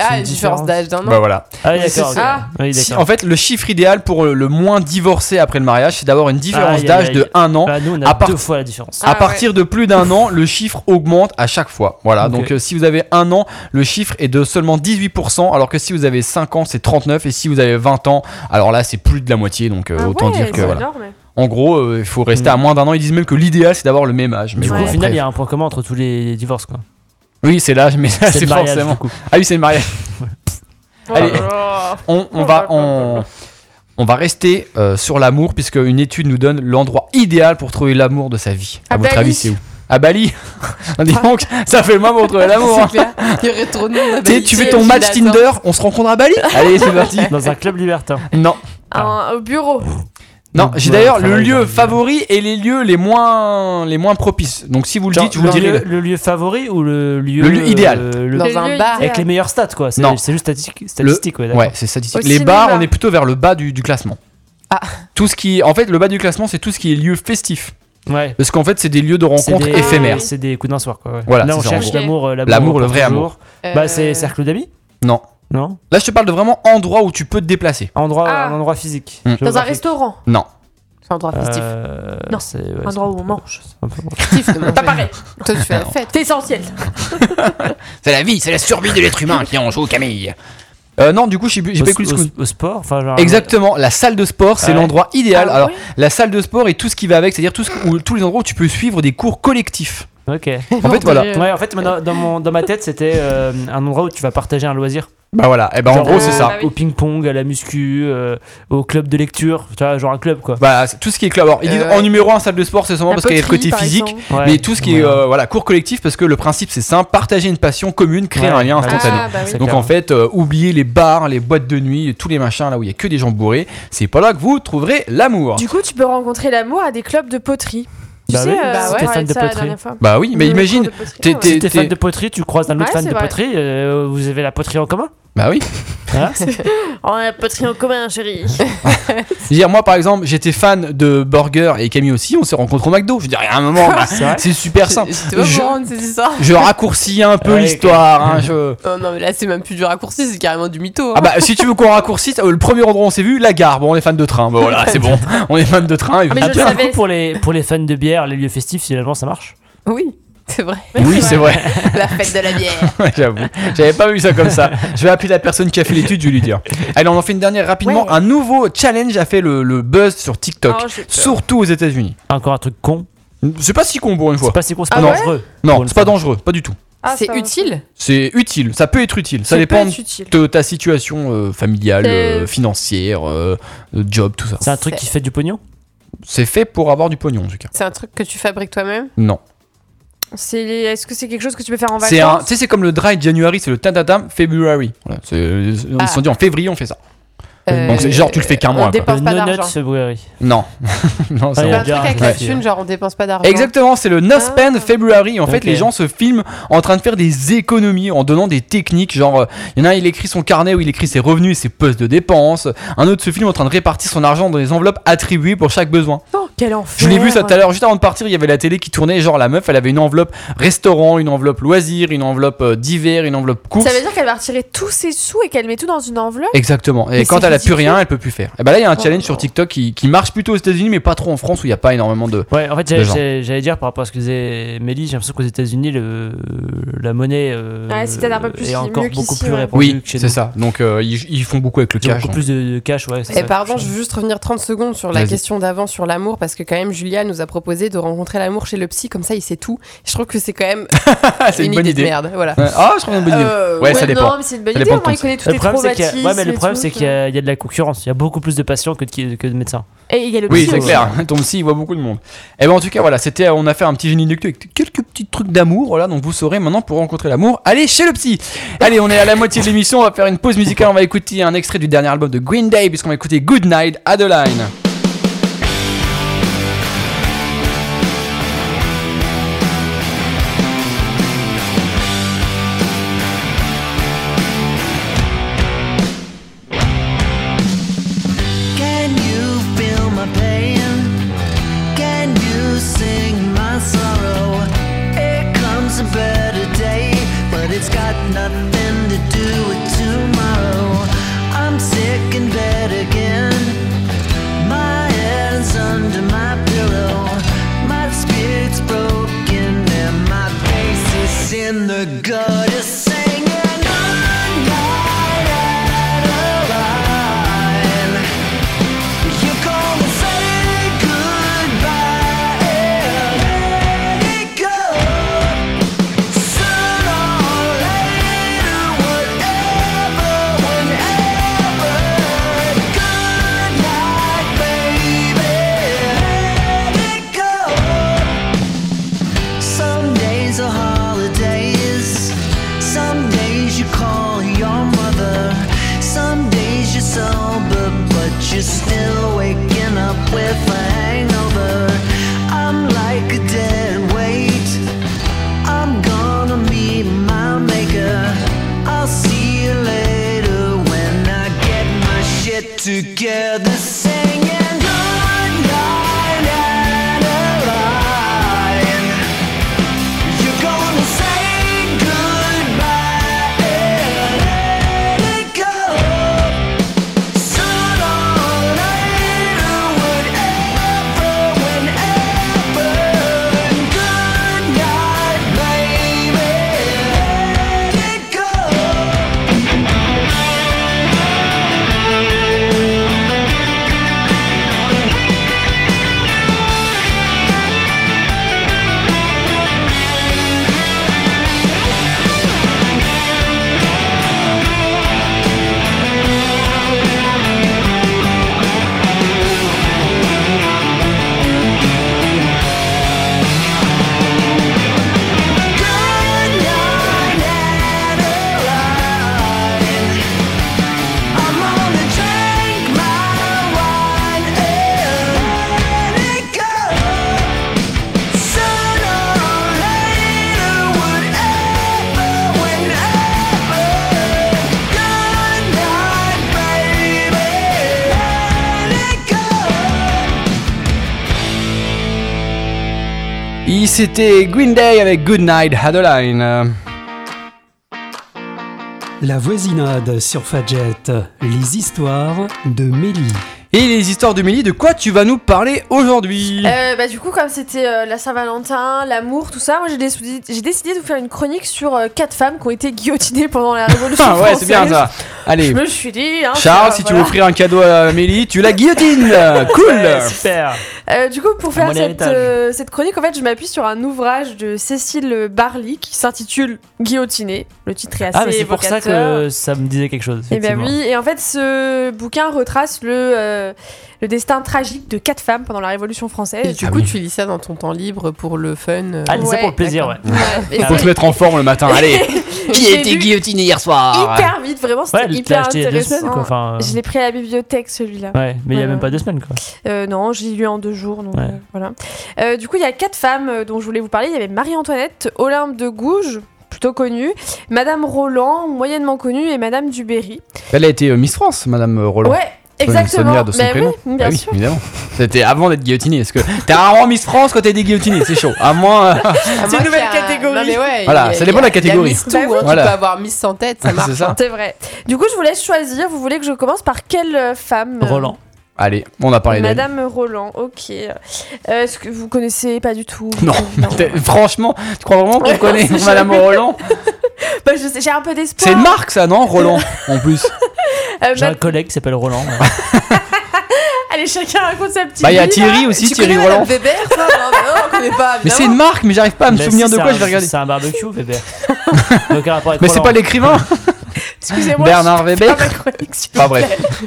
C: Ah,
B: une
C: une différence
B: différence.
C: d'âge d'un
A: Bah
C: an.
A: voilà.
B: Ah, oui,
A: Mais c'est
B: d'accord.
A: ça.
B: ok. Oui,
A: Si-
B: d'accord.
A: en fait, le chiffre idéal pour euh, le- le moins divorcé après le mariage, c'est d'avoir une différence
B: Aïe, aïe,
A: d'âge de
B: aïe.
A: un an.
B: Bah, nous, on a
A: à part-
B: deux fois la différence.
A: À
C: Ah ouais.
A: partir de plus d'un an, le chiffre augmente à chaque fois. Voilà,
B: Ok.
A: donc euh, si vous avez un an, le chiffre est de seulement 18%, alors que si vous avez 5 ans, c'est 39%, et si vous avez 20 ans, alors là, c'est plus de la moitié, donc euh,
E: Ah
A: autant
E: ouais,
A: dire que
E: c'est
A: voilà.
E: énorme.
A: En gros, euh, il faut rester
B: Mm.
A: à moins d'un an. Ils disent même que l'idéal, c'est d'avoir le même âge. Mais
B: Du coup,
A: bon,
B: au
E: Ouais.
B: final,
A: après-
B: il y a un point commun entre tous les divorces. quoi.
A: Oui, c'est l'âge, mais [laughs] ça, [laughs]
B: C'est
A: c'est
B: le mariage,
A: forcément.
B: du coup.
A: Ah oui, c'est le mariage. Allez.
E: Oh
A: On, on va, on, on va rester euh, sur l'amour, puisque une étude nous donne l'endroit idéal pour trouver l'amour de sa vie. À
E: À
A: votre
E: Bali.
A: avis, c'est où à Bali. [laughs] Dis donc, ça fait le moins pour trouver l'amour. hein.
C: C'est clair. Il y aurait trop de monde à
A: T'sais, Tu fais ton
C: Bali.
A: match
C: Qui l'attend.
A: Tinder, on se rencontre à Bali Allez, c'est parti.
B: Dans un club libertin.
A: Non. Ah.
E: Un- au bureau.
A: Non,
B: Donc,
A: j'ai
B: ouais,
A: d'ailleurs le
B: travail,
A: lieu
B: ouais.
A: favori et les lieux les moins, les moins propices. Donc si vous le
B: Genre,
A: dites, je vous le
B: le,
A: direz.
B: lieu, le lieu favori ou le lieu,
A: Le lieu idéal.
B: euh, le-
C: Dans
E: Le
C: un
E: lieu
C: bar.
E: idéal.
B: Avec les meilleurs stats, quoi. C'est
A: Non.
B: c'est juste statistique, statistique ouais, d'accord.
A: Ouais, c'est statistique.
E: Au
A: Les
E: cinéma.
A: bars, on est plutôt vers le bas du, du classement.
C: Ah.
A: Tout ce qui, en fait, le bas du classement, c'est tout ce qui est lieu festif.
B: Ouais.
A: Parce qu'en fait, c'est des lieux de
B: C'est
A: rencontres
B: des-
A: éphémères.
B: C'est des coups d'un soir, quoi. ouais.
A: Voilà,
B: Là, on
A: c'est ça, en
B: cherche
C: gros.
B: l'amour, euh,
A: L'amour, le
B: pour
A: vrai
B: toujours.
C: Euh,
B: Bah, c'est cercle d'amis
A: Non.
B: Non
A: Là, je te parle de vraiment endroit où tu peux te déplacer.
B: endroit,
E: Ah.
B: Un endroit physique.
A: Hmm.
E: Dans un
B: géographique.
E: restaurant.
A: Non.
C: C'est un endroit festif.
B: Euh,
E: Non.
B: c'est- ouais,
E: Un
B: c'est
E: endroit
B: un
E: où
B: peu
E: on mange.
B: proche, c'est un peu proche.
C: Festif de manger.
E: Pas pareil.
C: Toi, tu fais la fête.
E: C'est essentiel.
A: C'est la vie, c'est la survie de l'être humain qui en joue, Camille. Euh, non, du coup, j'ai bu- j'ai
B: Au-
A: pas écouté ce que-
B: au, au sport, enfin genre.
A: Exactement, la salle de sport, c'est
B: Ouais.
A: l'endroit idéal.
E: Ah
A: Alors,
E: ouais
A: la salle de sport et tout ce qui va avec, c'est-à-dire tout ce que- où- tous les endroits où tu peux suivre des cours collectifs.
B: Ok.
E: [laughs]
A: En fait, voilà.
B: Ouais, en fait, moi, dans, dans mon, dans ma tête, c'était euh, un endroit où tu vas partager un loisir.
A: Bah voilà, et ben en
B: Genre,
A: gros,
B: euh,
A: c'est
E: bah
A: ça.
E: oui.
B: Au ping-pong, à la muscu, euh, au club de lecture, tu vois, genre un club quoi.
A: Bah, c'est tout ce qui est club. Alors, ils disent
C: Euh,
A: en numéro 1 salle de sport, c'est
E: La
A: seulement parce qu'il y a le
E: poterie,
A: côté
E: par
A: physique.
E: exemple.
B: Ouais.
A: Mais tout ce qui est
B: Ouais.
A: euh, voilà, cours collectif, parce que le principe c'est simple, partager une passion commune, créer
B: Ouais.
A: un lien
B: Ah,
A: instantané.
E: Ah, bah oui.
A: Donc
B: clair.
A: en fait, euh, oubliez les bars, les boîtes de nuit, tous les machins là où il y a que des gens bourrés, c'est pas là que vous trouverez l'amour.
E: Du coup, tu peux rencontrer l'amour à des clubs de poterie. Tu
B: Bah
E: sais,
B: oui,
E: euh,
C: bah ouais.
E: on parlait
B: Stéphane de
E: ça la
B: poterie.
E: dernière fois.
A: Bah oui, mais
E: Le
A: imagine,
E: cours de poterie,
A: t'es-
E: ouais.
A: t'es-
B: Si t'es fan de poterie, tu croises un autre
E: Ouais,
B: fan
E: c'est
B: de
E: vrai.
B: poterie, euh, vous avez la poterie en commun
A: bah oui.
B: Hein
E: On a la poterie en commun, chérie.
A: Je veux dire, moi par exemple, j'étais fan de Burger et Camille aussi, on s'est rencontrés au McDo. Je veux dire, il y a un
E: [laughs]
A: moment, bah,
B: C'est vrai
A: c'est super simple.
C: J'étais pas au
A: Je-
C: courant de ces histoires.
A: Je raccourcis un peu
B: Ouais,
A: l'histoire. hein, je-
C: Oh non, mais là, c'est même plus du raccourci, c'est carrément du mytho. hein.
A: Ah bah si tu veux qu'on raccourcisse, euh, le premier endroit où on s'est vu, la gare. Bon, on est fan de train. Bah voilà, c'est
E: [laughs]
A: bon. On est fan de train. et
E: Ah, mais
A: voilà.
E: je
B: Après, du
E: savais.
B: coup, pour les, pour les fans de bière, les lieux festifs, finalement, ça marche.
C: Oui, c'est vrai.
A: [laughs] Oui, c'est vrai.
C: [laughs] la fête de la bière.
A: [laughs] Ouais, J'avoue, j'avais pas vu ça comme ça. Je vais appeler la personne qui a fait l'étude, je vais lui dire. Allez, on en fait une dernière rapidement.
E: Ouais.
A: Un nouveau challenge a fait le, le buzz sur TikTok,
E: Oh, j'ai peur.
A: surtout aux États-Unis.
B: Encore un truc con.
A: C'est pas si con pour une fois.
B: C'est pas si con, c'est pas
A: Ah ouais
B: dangereux.
A: Non,
B: Pour une
A: c'est pas
B: fois.
A: dangereux, pas du tout.
E: Ah,
C: c'est
E: ça va.
C: utile.
A: C'est utile, ça peut être utile. Ça
E: peut
A: dépend
E: être utile.
A: de ta situation euh, familiale,
E: C'est-
A: euh, financière, euh, de job, tout ça.
B: C'est un truc qui fait du pognon.
A: C'est fait pour avoir du pognon en tout cas.
C: C'est un truc que tu fabriques toi-même.
A: Non.
E: C'est les- Est-ce que c'est quelque chose que tu peux faire en
A: C'est un,
E: vacances
A: tu sais, c'est comme le dry January, c'est le tatatam February. Voilà, c'est- Ils se sont
C: Ah.
A: dit en février on fait ça.
C: Euh,
A: Donc c'est genre tu le fais qu'un
C: on
A: mois. quoi.
C: dépense pas
B: no
C: d'argent.
B: nuts brewery.
A: Non. [laughs] non, c'est vrai.
B: Ah, il y a
C: un truc
B: déjà
C: avec
B: un
C: la
B: café.
C: thune, genre on dépense pas d'argent.
A: Exactement, c'est le No Spend
E: Ah.
A: February. En fait,
B: Ok.
A: les gens se filment en train de faire des économies en donnant des techniques. Genre, euh, il y en a un, il écrit son carnet où il écrit ses revenus et ses postes de dépenses. Un autre se filme en train de répartir son argent dans des enveloppes attribuées pour chaque besoin.
E: Oh, quel enfer.
A: Je l'ai vu ça tout à l'heure, juste avant de partir, il y avait la télé qui tournait. Genre, la meuf, elle avait une enveloppe restaurant, une enveloppe loisirs, une enveloppe euh, d'hiver, une enveloppe course.
E: Ça veut dire qu'elle va retirer tous ses sous et qu'elle met tout dans une enveloppe
A: Exactement. Et
E: Mais
A: quand
E: c'est
A: elle a plus
E: ridicule.
A: rien, elle peut plus faire. Et bah là, il y a un
E: Oh.
A: challenge sur TikTok qui, qui marche plutôt aux États-Unis, mais pas trop en France où il n'y a pas énormément de.
B: Ouais, en fait,
A: De
B: j'allais-
A: gens.
B: j'allais j'allais dire par rapport à ce que disait Mélie, j'ai l'impression qu'aux États-Unis, le- la monnaie euh,
E: Ouais, c'est peut-être un peu plus-
B: est encore
E: mieux
B: beaucoup
E: qu'ici,
B: plus
E: ouais.
B: répandue
A: Oui,
B: que chez nous.
A: c'est ça. Donc, euh, ils, ils font beaucoup avec le
B: Ils ont
A: cash.
B: beaucoup
A: donc.
B: plus de, de cash, ouais. c'est
C: Et
B: ça.
C: pardon, je veux juste revenir 30 secondes sur la
A: Vas-y.
C: question d'avant sur l'amour, parce que quand même, Julia nous a proposé de rencontrer l'amour chez le psy, comme ça il sait tout. Je trouve que c'est quand même
A: Ah, [laughs] c'est une, bonne
C: idée de
A: idée.
C: merde. Voilà.
A: Ouais. Ah, je trouve une bonne idée.
C: Euh,
A: ouais, ça dépend.
E: Non, mais c'est une bonne
A: Ça
E: idée,
A: dépend
E: au moins
A: de
E: il connaît tous
B: Le
E: les
B: problème, c'est
E: traumatismes.
B: qu'il y, a... ouais, mais le
E: et
B: problème,
E: tout,
B: c'est qu'il y, a il y a de la concurrence. Il y a beaucoup plus de patients que de, qui- que de médecins.
E: Et il y a le
A: Oui,
E: psy
A: c'est
E: aussi.
A: clair. [laughs] Ton psy, il voit beaucoup de monde. Et ben en tout cas, voilà, c'était, on a fait un petit génie nocturne avec quelques petits trucs d'amour. Voilà, donc vous saurez maintenant pour rencontrer l'amour, allez chez le psy. Allez, on est à la moitié de l'émission. On va faire une pause musicale. On va écouter un extrait du dernier album de Green Day, puisqu'on va écouter Good Night Adeline.
F: Can you feel my pain? Can you sing my sorrow? It comes a better day, but it's got nothing to do with tomorrow. I'm sick in bed again. My head's under my pillow. My spirit's broken and my face is in the gutter singing. "Good night, Adeline." You're gonna say goodbye and let it go. Sooner or later, whatever, whenever. Good night, baby. Let it go. So
A: Et C'était Green Day avec Goodnight Adeline. Euh,
D: La voisinade sur Fadjet, les histoires de Mélie.
A: Et les histoires de Mélie, de quoi tu vas nous parler aujourd'hui
E: Euh, bah, du coup, comme c'était euh, la Saint-Valentin, l'amour, tout ça, moi j'ai décidé, j'ai décidé de vous faire une chronique sur euh, quatre femmes qui ont été guillotinées
A: [laughs]
E: pendant la Révolution
A: Ah ouais, c'est bien
E: française.
A: ça. Allez,
E: Je me suis dit. hein,
A: Charles,
E: ça,
A: si tu veux
E: voilà.
A: offrir un cadeau à Mélie, tu la
E: [laughs]
A: guillotines. cool.
B: Ouais, super.
E: Euh, du coup, pour
B: mon
E: faire cette,
B: héritage.
E: euh, cette chronique, en fait, je m'appuie sur un ouvrage de Cécile Barly qui s'intitule Guillotiné. Le titre est assez
B: Ah, mais c'est pour ça
E: évocateur.
B: que ça me disait quelque chose.
E: Eh ben
B: effectivement.
E: oui, et en fait, ce bouquin retrace le, euh, le destin tragique de quatre femmes pendant la Révolution
C: Et
E: française.
C: du
A: Ah
C: coup,
A: oui.
C: tu lis ça dans ton temps libre pour le fun. euh,
B: Ah, c'est ça
E: Ouais,
B: pour le plaisir, ouais.
C: d'accord.
E: Ouais, et
A: Faut se mettre en forme le matin, allez.
E: Qui a été guillotiné hier soir Hyper vite, vraiment, c'était
B: Ouais, elle te l'a
E: hyper
B: acheté il y a deux semaines, quoi.
E: intéressant.
B: Enfin, euh,
E: Je l'ai pris à la bibliothèque celui-là.
B: Ouais, mais il y a
E: Ouais,
B: même
E: ouais.
B: pas deux semaines, quoi.
E: Euh, non, j'ai lu en deux jours, donc
B: Ouais.
E: euh, voilà. Euh, du coup, il y a quatre femmes euh, dont je voulais vous parler. Il y avait Marie-Antoinette, Olympe de Gouges, plutôt connue, Madame Roland, moyennement connue, et Madame Duberry.
A: Elle a été euh, Miss France, Madame euh, Roland.
E: Ouais,
A: Sonia- Sonia
E: exactement.
A: de son
E: Mais
A: prénom.
E: oui, bien
A: Ah oui,
E: sûr.
A: évidemment. C'était avant d'être guillotiné. Parce que t'es rarement Miss France quand t'es des guillotinés, c'est chaud. À moins. euh,
C: Ah, moi,
E: une nouvelle
C: qui a-
E: catégorie.
C: Non, mais ouais,
A: Voilà,
C: il y a-
A: ça dépend de la
C: il y a- il y a
A: catégorie.
C: Miss tout,
E: Bah
C: hein,
E: oui.
A: Voilà.
C: Tu peux avoir Miss sans tête, ça marche.
A: c'est ça.
E: C'est vrai. Du coup, je vous laisse choisir. Vous voulez que je commence par quelle euh, femme euh,
B: Roland.
A: Allez, on a parlé d'elle.
E: Madame Roland, ok. Euh, Est-ce que vous connaissez pas du tout
A: Non. [laughs] T'es- Franchement, tu crois vraiment qu'on connaît Madame Roland
E: Bah, je sais, J'ai un peu d'espoir.
A: C'est une marque, ça, non Roland, en plus.
E: Euh,
B: J'ai un
E: Mad-
B: collègue qui s'appelle Roland. ouais.
E: Allez, chacun raconte sa petite.
A: Bah, il y a
E: vie,
A: Thierry
E: là.
A: aussi,
C: tu
A: Thierry
C: connais
A: Roland.
C: Madame Weber, ça Non, mais non, on connaît pas.
A: Mais c'est une
C: évidemment.
A: marque, mais j'arrive pas à me
B: Mais
A: souvenir
B: si,
A: de
B: c'est
A: quoi,
B: un-
A: je vais regarder.
B: C'est un barbecue, Weber. Donc, un rapport avec
A: Mais c'est
B: Roland.
A: pas
B: [laughs]
A: l'écrivain
E: Excusez-moi.
A: Bernard
E: je suis
A: Weber
E: pas ma chronique, s'il vous
A: Pas
E: plaît.
A: bref.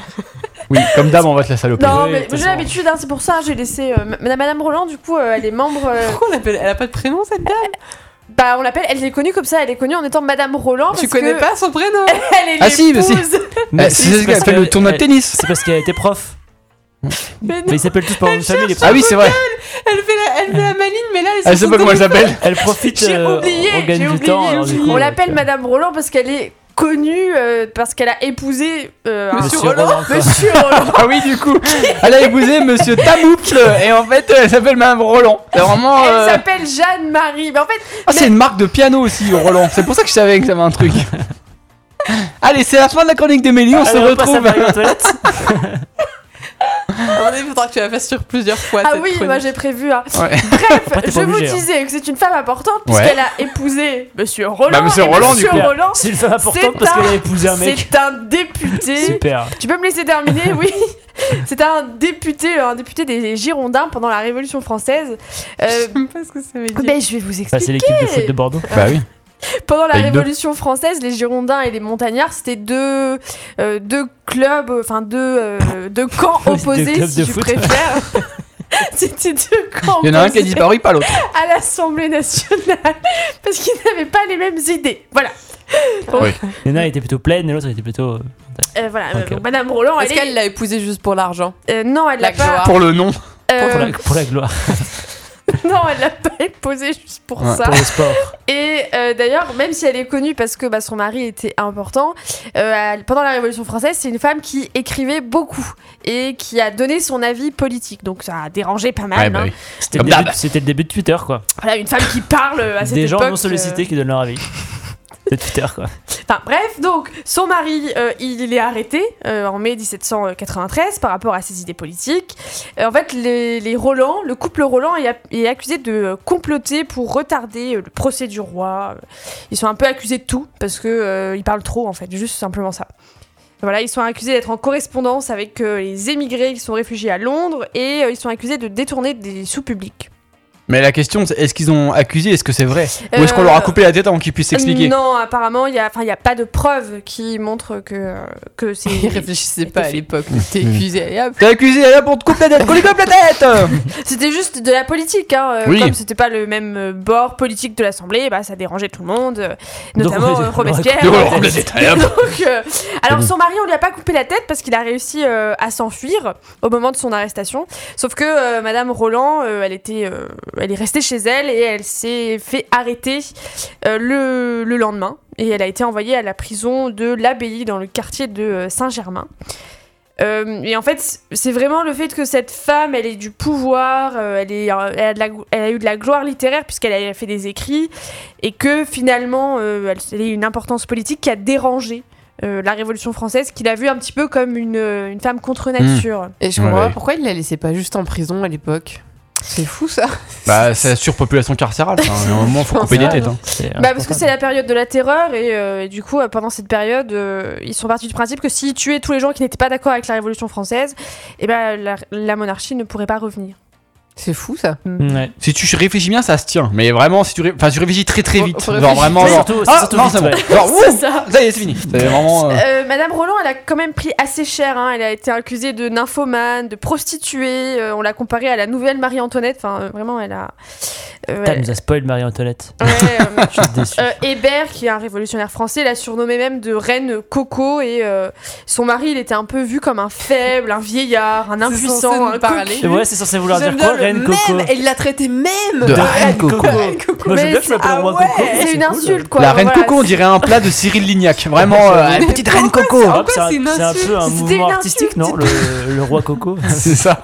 A: Oui, comme dame, on va te la saloper.
E: Non,
B: Oui,
E: mais
B: t'as
E: j'ai
B: raison.
E: l'habitude, hein, c'est pour ça, j'ai laissé. euh, Madame Madame Roland, du coup, euh, elle est membre. euh,
C: Pourquoi on l'appelle Elle a pas de prénom, cette dame
E: bah, on l'appelle, elle est connue comme ça, elle est connue en étant Madame Roland.
C: Tu
E: parce
C: connais
E: que
C: pas son [laughs] prénom
E: [laughs] Elle est
A: Ah si, mais si.
E: l'épouse.
B: Mais
A: Eh,
B: si,
A: C'est ce qu'elle
B: parce
A: fait le
B: qu'elle-
A: tournoi de
B: elle-
A: tennis.
B: C'est parce qu'elle était prof.
C: Mais
B: Mais
C: non,
B: ils s'appellent tous par une famille, les
A: Ah
B: profs.
A: oui, c'est vrai.
C: elle fait la, elle fait la maligne, mais là, elle
A: Elle sait Ah, pas comment elle s'appelle.
B: Elle profite,
E: J'ai
B: euh,
E: oublié,
B: on gagne
E: j'ai
B: du
E: oublié,
B: temps.
E: j'ai
B: alors, du
E: oublié.
B: coup,
E: on l'appelle
B: euh,
E: Madame Roland parce qu'elle est connue, euh, parce qu'elle a épousé euh, un
B: Monsieur
E: Roland.
B: Roland, quoi.
E: Monsieur
B: [laughs]
E: Roland.
A: Ah oui, du coup, elle a épousé monsieur Tamouple et en fait, elle s'appelle Madame Roland. C'est vraiment.
E: Elle
A: euh,
E: s'appelle Jeanne-Marie. Mais en fait,
A: Ah, c'est une marque de piano aussi, Roland. C'est pour ça que je savais que ça avait un truc. Allez, c'est la fin de la chronique de Mélie, on se
B: Allez, passe à
A: retrouve.
B: Marie-Antoinette.
C: Il faudra que tu la fasses sur plusieurs fois.
E: ah
C: cette
E: oui,
C: chronique.
E: moi j'ai prévu. hein.
A: Ouais.
E: Bref,
B: Après, t'es
E: je
B: pas
E: vous
B: obligé, hein.
E: disais que c'est une femme importante
A: Ouais.
E: puisqu'elle a épousé Monsieur Roland.
A: Bah, monsieur
E: et
A: Roland, du
E: monsieur
A: coup.
E: Roland,
B: C'est une femme importante
E: C'est
B: parce
E: un-
B: qu'elle a épousé un mec.
E: c'est un député.
B: Super.
E: Tu peux me laisser terminer, oui. [laughs] C'est un député, un député des Girondins pendant la Révolution française.
B: [laughs]
E: Euh,
C: Je sais pas ce que ça veut dire.
E: ben, je vais vous
B: Enfin,
E: expliquer.
B: c'est l'équipe de foot de Bordeaux.
A: Bah oui.
E: Pendant la
A: Avec deux.
E: Révolution française, les Girondins et les Montagnards, c'était deux, euh, deux clubs, enfin deux, euh, deux
A: [laughs]
E: camps
B: Deux
E: opposés,
B: clubs
E: si
B: de
E: tu
B: foot.
E: préfères. [laughs] c'était deux camps
A: Il y en a un qui a
E: opposés
A: disparu, pas l'autre.
E: à l'Assemblée nationale [laughs] parce qu'ils n'avaient pas les mêmes idées. Voilà.
B: Il y en a, elle était plutôt pleine et l'autre, elle était plutôt. euh,
E: Euh, voilà.
B: Ok.
E: Donc, Madame Roland, elle,
C: Est-ce
E: est-
C: qu'elle l'a épousé juste pour [laughs] l'argent
E: euh, non, elle l'a
C: La
E: pas.
C: gloire.
A: Pour le nom.
E: euh,
B: Pour
E: [laughs]
B: la, pour la gloire,
E: non, elle l'a pas épousée juste pour
A: Ouais.
E: ça.
B: pour le sport.
E: Et euh, d'ailleurs, même si elle est connue parce que bah, son mari était important, euh, elle- pendant la Révolution française, c'est une femme qui écrivait beaucoup et qui a donné son avis politique. Donc ça a dérangé pas mal.
A: Ouais, bah
E: hein.
A: oui.
B: C'était
A: Comme
B: le, début-
A: d'hab.
B: c'était le début de Twitter, quoi.
E: Voilà, une femme qui parle à cette
B: Des gens
E: époque,
B: non
E: euh,
B: sollicités qui donnent leur avis. C'est Twitter, quoi.
E: Enfin bref, donc son mari, euh, il, il est arrêté euh, en mai 1793 par rapport à ses idées politiques. Euh, en fait, les, les Roland, le couple Roland est, ap- est accusé de euh, comploter pour retarder euh, le procès du roi. Ils sont un peu accusés de tout parce que euh, ils parlent trop en fait, juste simplement ça. Voilà, ils sont accusés d'être en correspondance avec euh, les émigrés qui sont réfugiés à Londres et euh, ils sont accusés de détourner des sous publics.
A: Mais la question, c'est est-ce qu'ils ont accusé Est-ce que c'est vrai Ou est-ce qu'on
E: Euh,
A: leur a coupé la tête avant qu'ils puissent s'expliquer
E: Non, apparemment, il n'y a, enfin, il y a pas de preuves qui montrent que, euh, que c'est...
C: Il réfléchissait pas à l'époque. Il était épuisé. Allez, hop.
A: T'es accusé, là pour te couper la tête, qu'on lui coupe la
E: [laughs]
A: tête
E: C'était juste de la politique, hein. euh,
A: Oui.
E: Comme c'était pas le même euh, bord politique de l'Assemblée, bah, ça dérangeait tout le monde, euh,
B: Donc,
E: notamment
B: on
E: euh,
B: va-
E: Robespierre.
A: on va
E: [laughs]
A: couper la tête, allez, hop.
E: Donc, euh, alors
A: bon.
E: son mari, on lui a pas coupé la tête parce qu'il a réussi euh, à s'enfuir au moment de son arrestation. Sauf que euh, Madame Roland, euh, elle était, euh, elle est restée chez elle et elle s'est fait arrêter euh, le, le lendemain. Et elle a été envoyée à la prison de l'abbaye dans le quartier de euh, Saint-Germain. Euh, et en fait, c'est vraiment le fait que cette femme, elle ait du pouvoir, euh, elle, est, euh, elle, a de la- elle a eu de la gloire littéraire puisqu'elle a fait des écrits, et que finalement, euh, elle, elle ait une importance politique qui a dérangé euh, la Révolution française, qu'il a vue un petit peu comme une, euh, une femme euh, contre nature.
C: Et je
A: Ouais,
C: comprends pas
A: ouais.
C: pourquoi il la laissait pas juste en prison à l'époque. C'est fou ça.
A: Bah, c'est la surpopulation carcérale. ça. À un moment, faut couper des têtes. hein.
B: euh,
E: Bah, parce que c'est la période de la terreur, et, euh, et du coup, euh, pendant cette période, euh, ils sont partis du principe que s'ils tuaient tous les gens qui n'étaient pas d'accord avec la Révolution française, et ben la, la monarchie ne pourrait pas revenir.
C: C'est fou ça.
B: Ouais.
A: Si tu réfléchis bien, ça se tient. Mais vraiment, si tu, ré- enfin, tu réfléchis très très
C: Faut-
A: vite.
C: faut
A: genre
C: réfléchir
A: vraiment.
B: très
A: Genre,
B: surtout, c'est
A: ah,
B: surtout
A: non,
B: vite,
A: c'est bon.
B: ouais.
A: Genre, ouh,
E: C'est ça.
A: ça y est, c'est fini.
B: [laughs]
A: C'est vraiment. euh,
E: Euh, Madame Roland, elle a quand même pris assez cher. hein. Elle a été accusée de nymphomane, de prostituée. euh, on l'a comparée à la nouvelle Marie-Antoinette. Enfin, euh, vraiment, elle a. euh,
B: Putain, elle nous a spoil Marie-Antoinette.
E: elle- ouais,
B: [laughs]
E: euh,
B: Je suis déçu.
E: euh, Hébert, qui est un révolutionnaire français, l'a surnommée même de reine Coco. Et euh, son mari, il était un peu vu comme un faible, un vieillard, un
H: C'est censé
E: impuissant,
H: nous
E: un
H: parler.
E: cocu.
B: Et ouais, c'est censé vouloir dire
H: J'aime
B: quoi,
H: bien le
B: Reine Coco
H: même. Et il l'a traité même.
A: De-
B: De Reine Coco.
H: Reine Coco.
B: Moi, je veux
E: Mais
B: bien que je
E: c'est-
B: m'appelle
H: ah
B: Romain
H: ouais,
B: Coco.
E: C'est une
B: cool.
E: insulte, quoi.
A: la reine
E: Voilà,
A: coco, on dirait un plat de Cyril Lignac.
B: [laughs]
A: Vraiment, euh,
C: Mais
A: petite reine coco.
B: Hop,
H: Pourquoi
B: C'est un,
H: c'est une
B: c'est un peu un
E: insulte C'était
B: mouvement
E: une
B: artistique,
E: insulte.
B: non le, le roi Coco
A: [laughs] C'est ça.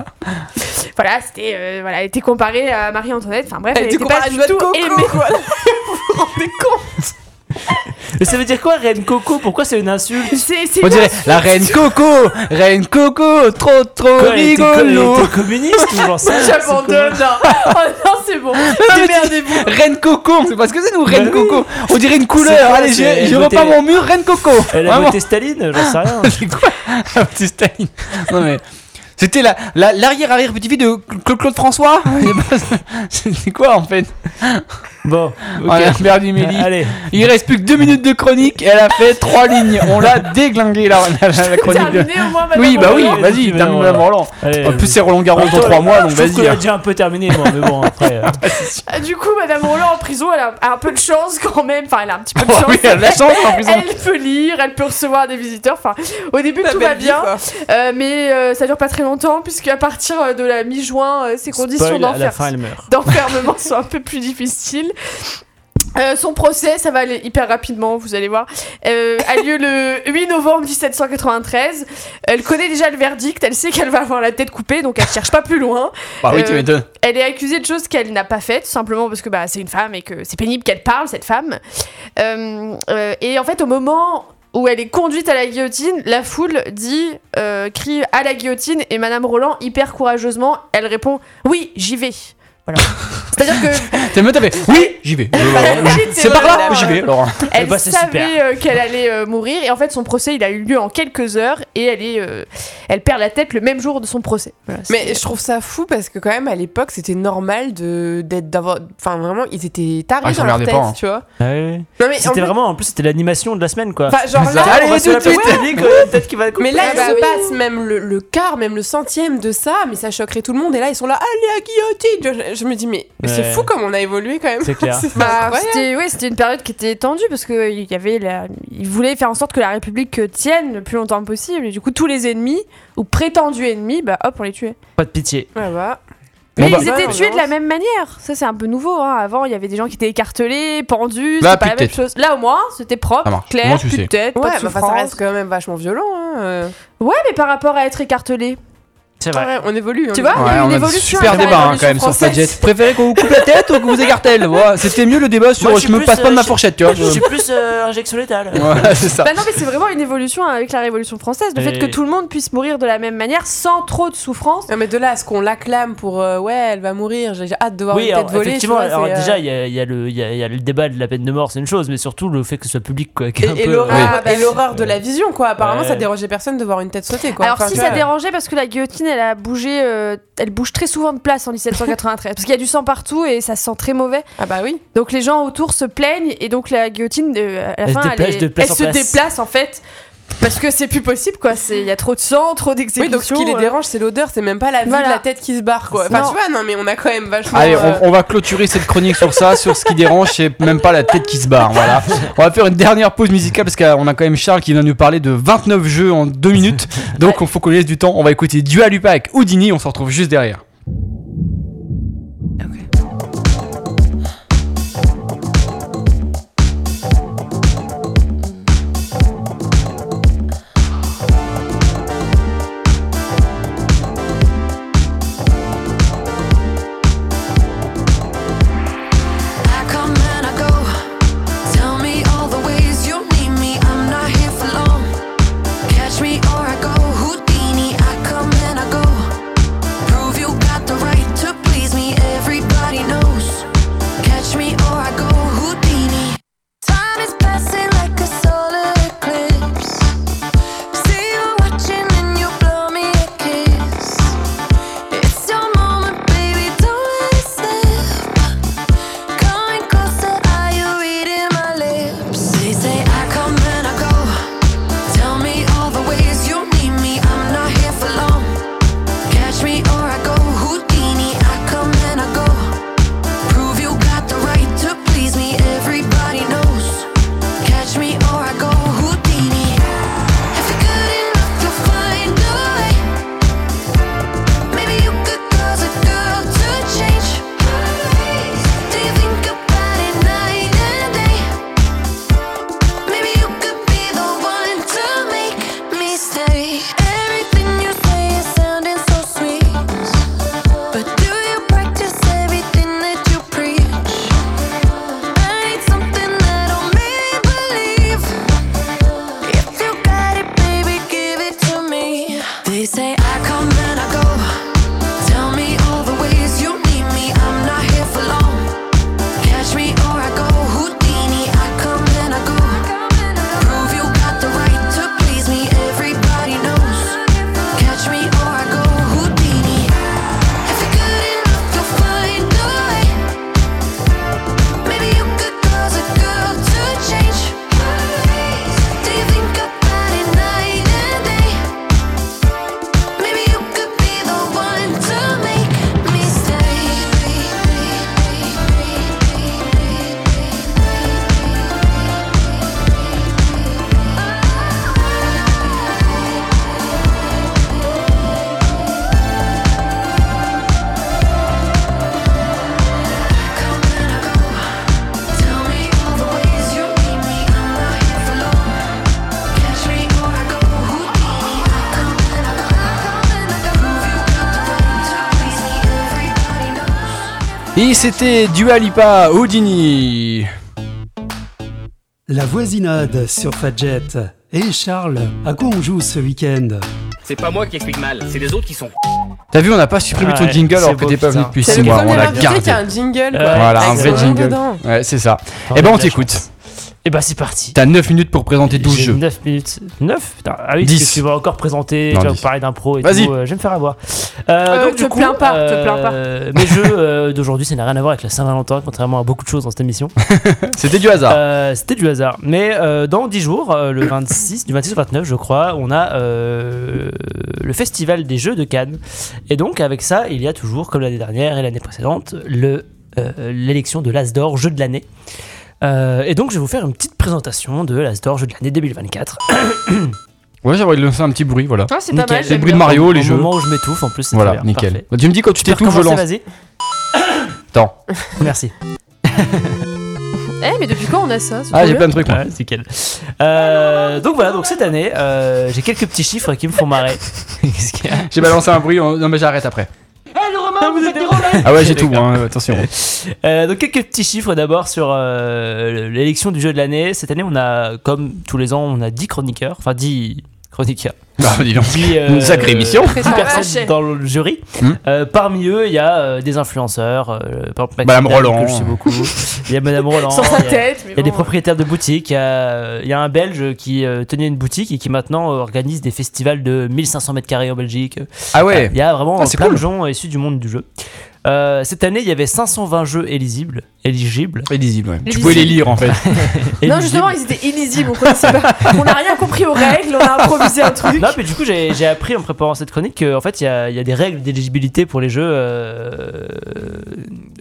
E: c'est- Voilà, c'était, euh, voilà, elle était comparée à Marie-Antoinette. Enfin bref,
H: Elle était
E: pas
H: comparée à
E: du
H: une noix de
E: tout aimée.
H: coco,
C: [laughs]
H: quoi.
B: Mais ça veut dire quoi, Reine Coco Pourquoi c'est une insulte
E: [laughs] C'est, c'est
A: On
E: une
A: dirait la reine coco, reine coco, trop trop
B: Quoi, elle était co- elle
A: rigolo.
B: était communiste ou j'en sais rien, c'est
E: J'abandonne.
B: comment
E: Oh non, c'est bon.
A: [laughs] Démerdez-vous. Reine coco, on sait pas ce que c'est nous, reine
B: Bah
A: coco. On dirait une couleur.
B: C'est quoi,
A: Allez, je,
B: c'est- elle
A: je
B: votait-
A: repeins mon mur, reine coco.
B: Elle
A: [laughs]
B: a voté Staline J'en sais rien.
A: C'est quoi la petite Staline Non mais. C'était la, la- l'arrière-arrière petit fille de Cla- Claude François [laughs] Je sais pas, C'était quoi en fait
B: Bon,
A: On a perdu Mélie.
B: allez.
A: Il reste plus que deux minutes de chronique, elle a fait trois lignes. On l'a déglingué la, la- la- la chronique. de-
E: Terminé au moins, Madame
A: Oui, bah oui,
E: Roland.
A: vas-y,
B: Mais
A: termine
B: non,
A: Madame Roland.
B: allez
A: En plus, c'est Roland Garros dans trois mois, donc
B: je trouve
A: vas-y. hein.
B: qu'on a déjà un peu terminé, moi, mais bon,
C: [laughs]
B: après. euh,
E: Ah, Du coup, Madame Roland en prison, elle a a un peu de chance quand même. Enfin, elle a un petit peu de
A: Oh
E: chance.
A: [laughs] oui, elle a de la chance en hein. prison.
E: Elle peut lire, elle peut recevoir des visiteurs. Enfin, au début,
H: La
E: tout
H: belle
E: va
H: vie,
E: bien.
H: quoi.
E: euh, mais euh, ça dure pas très longtemps, puisque à partir euh, de la mi-juin, euh, ses conditions
B: spoil, à la
E: d'enfer-
B: fin, elle meurt.
E: [laughs] d'enfermement sont un peu plus difficiles. Euh, son procès, ça va aller hyper rapidement, vous allez voir, euh, a lieu le 8 novembre 1793. Elle connaît déjà le verdict, elle sait qu'elle va avoir la tête coupée, donc elle cherche pas plus loin.
A: Bah oui, tu
E: Euh,
A: m'étonnes.
E: Elle est accusée de choses qu'elle n'a pas faites, simplement parce que bah, c'est une femme et que c'est pénible qu'elle parle, cette femme. Euh, euh, et en fait, au moment où elle est conduite à la guillotine, la foule dit, euh, crie à la guillotine, et Madame Roland, hyper courageusement, elle répond Oui, j'y vais.
B: [laughs]
E: Voilà. C'est-à-dire que
A: T'as me tapé. Oui, j'y vais. C'est par là, j'y vais. Alors,
E: elle
B: bah, c'est
E: savait euh, qu'elle allait euh, mourir, et en fait, son procès, il a eu lieu en quelques heures, et elle, est, euh, elle perd la tête le même jour de son procès. Voilà,
C: Mais je trouve ça fou parce que quand même à l'époque c'était normal de d'être d'avoir enfin vraiment ils étaient tarés
A: Ah, ils
C: dans leur
A: s'emmerdaient
C: tête,
A: pas, hein.
C: tu vois.
B: Ah oui.
C: Non mais en
B: C'était
C: plus-
B: vraiment, en plus, c'était l'animation de la semaine, quoi.
C: enfin, genre là,
A: Allez,
B: on va
A: tout
B: sur la
A: de suite.
B: périphérique, euh, peut-être qu'il va couper.
C: mais là, il
E: bah
C: se
E: oui.
C: passe même le, le quart, même le centième de ça, mais ça choquerait tout le monde. Et là, ils sont là, allez à guillotine Je, je me dis, mais
B: Ouais.
C: c'est fou comme on a évolué quand même.
B: C'est
C: [laughs]
B: clair.
E: Bah,
C: incroyable.
E: c'était ouais, c'était une période qui était tendue parce que euh, il y avait la... ils voulaient faire en sorte que la République euh, tienne le plus longtemps possible et du coup tous les ennemis ou prétendus ennemis bah hop on les tuait.
B: Pas de pitié.
C: Ouais, bah.
E: Mais
A: Bon,
E: ils
A: bah,
E: étaient
C: ouais,
E: tués de la
C: ouais.
E: même manière. Ça c'est un peu nouveau hein. avant il y avait des gens qui étaient écartelés, pendus,
A: Là,
E: c'est pas
A: plus
E: la
A: de
E: même
A: tête.
E: chose. Là au moins c'était
A: Bah, Ça
E: propre,
A: marche. Au
E: clair,
A: moins, tu
E: plus de
A: sais.
E: tête,
C: Ouais,
E: pas de
C: bah, enfin, ça
E: souffrance.
C: reste quand même vachement violent. Hein. euh.
E: Ouais mais par rapport à être écartelé.
B: C'est vrai.
C: Ouais, on évolue. on
E: Tu vois
A: Ouais,
E: il y a eu
A: on
E: une
A: a un
E: évolution
A: super
E: après la
A: débat hein,
E: Révolution
A: quand même sur
E: française.
A: Fadjet. Préférez qu'on vous coupe la tête ou qu'on vous écartèle Voilà, C'était mieux le débat sur
B: Moi, je
A: je
B: suis
A: me
B: plus,
A: passe pas de
B: euh,
A: ma fourchette, tu vois.
B: Je suis plus euh, injection létale.
A: Voilà, c'est ça.
E: Bah non, mais c'est vraiment une évolution avec la Révolution française, le fait
B: Et-
E: que tout le monde puisse mourir de la même manière sans trop de souffrance.
C: Non, mais de là à ce qu'on l'acclame pour euh, ouais, elle va mourir, j'ai j'ai hâte de voir
B: Oui,
C: une
B: alors,
C: tête volée. tu
B: effectivement,
C: vois,
B: alors,
C: c'est, euh,
B: déjà, il y a, il y a le- il y a- il y a le débat de la peine de mort, c'est une chose, mais surtout le fait que ce soit public, quoi. qui est un
C: Et, et
B: peu,
C: l'horreur,
B: euh,
C: et l'horreur de la vision, quoi. Apparemment,
B: Ouais.
C: ça dérangeait personne de voir une tête sauter, quoi.
E: Alors
C: Enfin,
E: si
C: tu
E: ça
C: vois.
E: dérangeait parce que la guillotine elle a bougé, euh, elle bouge très souvent de place en 1793 parce qu'il y a du sang partout et ça sent très mauvais.
C: Ah bah oui.
E: Donc les gens autour se plaignent et donc la guillotine euh, à la
B: Elle se
E: fin elle,
B: déplace
E: est-
B: de place
E: elle
B: en
E: se
B: place.
E: déplace en fait parce que c'est plus possible quoi. C'est il y a trop de sang, trop
C: Oui, donc ce
E: d'exécutions.
C: qui les
E: euh.
C: dérange, c'est l'odeur, c'est même pas la vue
E: Voilà.
C: de la tête qui se barre, quoi. Enfin,
E: Non.
C: tu vois, non, mais on a quand même vachement.
A: Allez,
C: euh,
A: on, on va clôturer cette chronique sur ça, sur ce qui dérange, c'est même pas la tête qui se barre. Voilà. On va faire une dernière pause musicale parce qu'on a quand même Charles qui vient nous parler de 29 jeux en 2 minutes. Donc il faut qu'on laisse du temps. On va écouter Dua Lipa avec Houdini, on se retrouve juste derrière. Et c'était Dua Lipa, Houdini.
D: La voisinade sur Fadjet. Et Charles, à quoi on joue ce week-end
H: C'est pas moi qui explique mal, c'est les autres qui sont.
A: T'as vu, on n'a pas supprimé
B: Ouais,
A: ton jingle
B: c'est
A: alors que
B: beau,
A: t'es pas venu
B: putain.
A: depuis
C: C'est
A: 6
C: le
A: mois. On
C: premier
A: l'a
C: invité qui
A: gardé.
C: a un jingle. quoi.
B: Ouais,
A: Voilà, un
C: Avec
A: vrai
C: son nom
A: jingle.
C: dedans.
A: Ouais, c'est ça. Eh ben, on t'écoute.
B: Et bah, c'est parti.
A: T'as 9 minutes pour présenter 12
B: J'ai
A: jeux.
B: 9 minutes. 9 Putain, ah oui,
A: 10.
B: parce que tu vas encore présenter,
A: Non,
B: tu vas
A: 10.
B: parler d'impro et
A: Vas-y.
B: tout. euh, je vais me faire avoir.
E: Euh,
B: donc,
E: te
B: du coup,
E: plains pas, te plains pas.
B: euh, [laughs] Mes jeux euh, d'aujourd'hui, ça n'a rien à voir avec la Saint-Valentin, contrairement à beaucoup de choses dans cette émission.
A: C'était du hasard.
B: Euh, C'était du hasard. Mais euh, dans 10 jours, euh, le 26, du 26 au 29, je crois, on a euh, le festival des jeux de Cannes. Et donc, avec ça, il y a toujours, comme l'année dernière et l'année précédente, le, euh, l'élection de l'As d'Or, jeu de l'année. Euh, et donc, je vais vous faire une petite présentation de l'As d'Or, jeu de l'année 2024.
A: Ouais, j'aimerais lancer un petit bruit, voilà.
E: Ah, c'est pas
B: Nickel.
E: mal.
B: C'est
A: C'est le
E: j'aime
A: bruit de
E: bien.
A: Mario,
B: Au
A: les jeux.
B: moment où je m'étouffe, en plus, c'est
A: Voilà,
B: très bien.
A: nickel.
B: Parfait.
A: Tu me dis quand tu
B: Tu peux
A: t'étouffes, je
B: recommencer,
A: lance. [laughs]
B: vas-y.
A: Attends.
B: Merci.
E: Eh, mais depuis quand on a ça ce
A: Ah, j'ai
E: problème
A: plein de trucs, moi.
B: Ouais, c'est nickel. Euh, donc voilà, donc cette année, euh, j'ai quelques petits chiffres qui me font marrer.
A: [laughs]
B: Qu'est-ce qu'il y a
A: J'ai balancé un bruit, on- non mais j'arrête après.
B: Ah, vous êtes des relais
A: Ah ouais, j'ai tout, hein,
B: [laughs]
A: attention.
B: Euh, donc quelques petits chiffres d'abord sur euh, l'élection du jeu de l'année. Cette année, on a, comme tous les ans, on a 10 chroniqueurs, enfin 10 chroniqueurs.
A: Bah, dis donc.
B: 10, euh,
A: Une sacrée émission.
B: 10 personnes
E: Vache.
B: dans le jury.
A: Hmm.
B: Euh, parmi eux, il y a euh, des influenceurs, euh, par exemple Maxime
A: Madame
B: Dame,
A: Bah, Roland.
B: que je sais beaucoup. Il y a Madame Roland.
E: Sans sa
B: il y a-
E: tête, mais
B: il y a des
E: bon.
B: propriétaires de boutiques, il y a, il y a un Belge qui euh, tenait une boutique et qui maintenant euh, organise des festivals de 1500 mètres carrés en Belgique.
A: Ah ouais.
B: Il y a vraiment
A: Ah, c'est
B: plein
A: cool.
B: de gens euh, issus du monde du jeu. Euh, cette année, il y avait 520 jeux éligibles. Éligibles.
A: Illisible, ouais. Tu
E: Illisible.
A: pouvais les lire en fait.
E: Non, justement, ils étaient illisibles. on
B: [laughs]
E: connaissait pas. On n'a rien compris aux règles, on a improvisé un truc.
B: Non, mais du coup, j'ai j'ai appris en préparant cette chronique qu'en fait, il y a, il y a des règles d'éligibilité pour les jeux euh,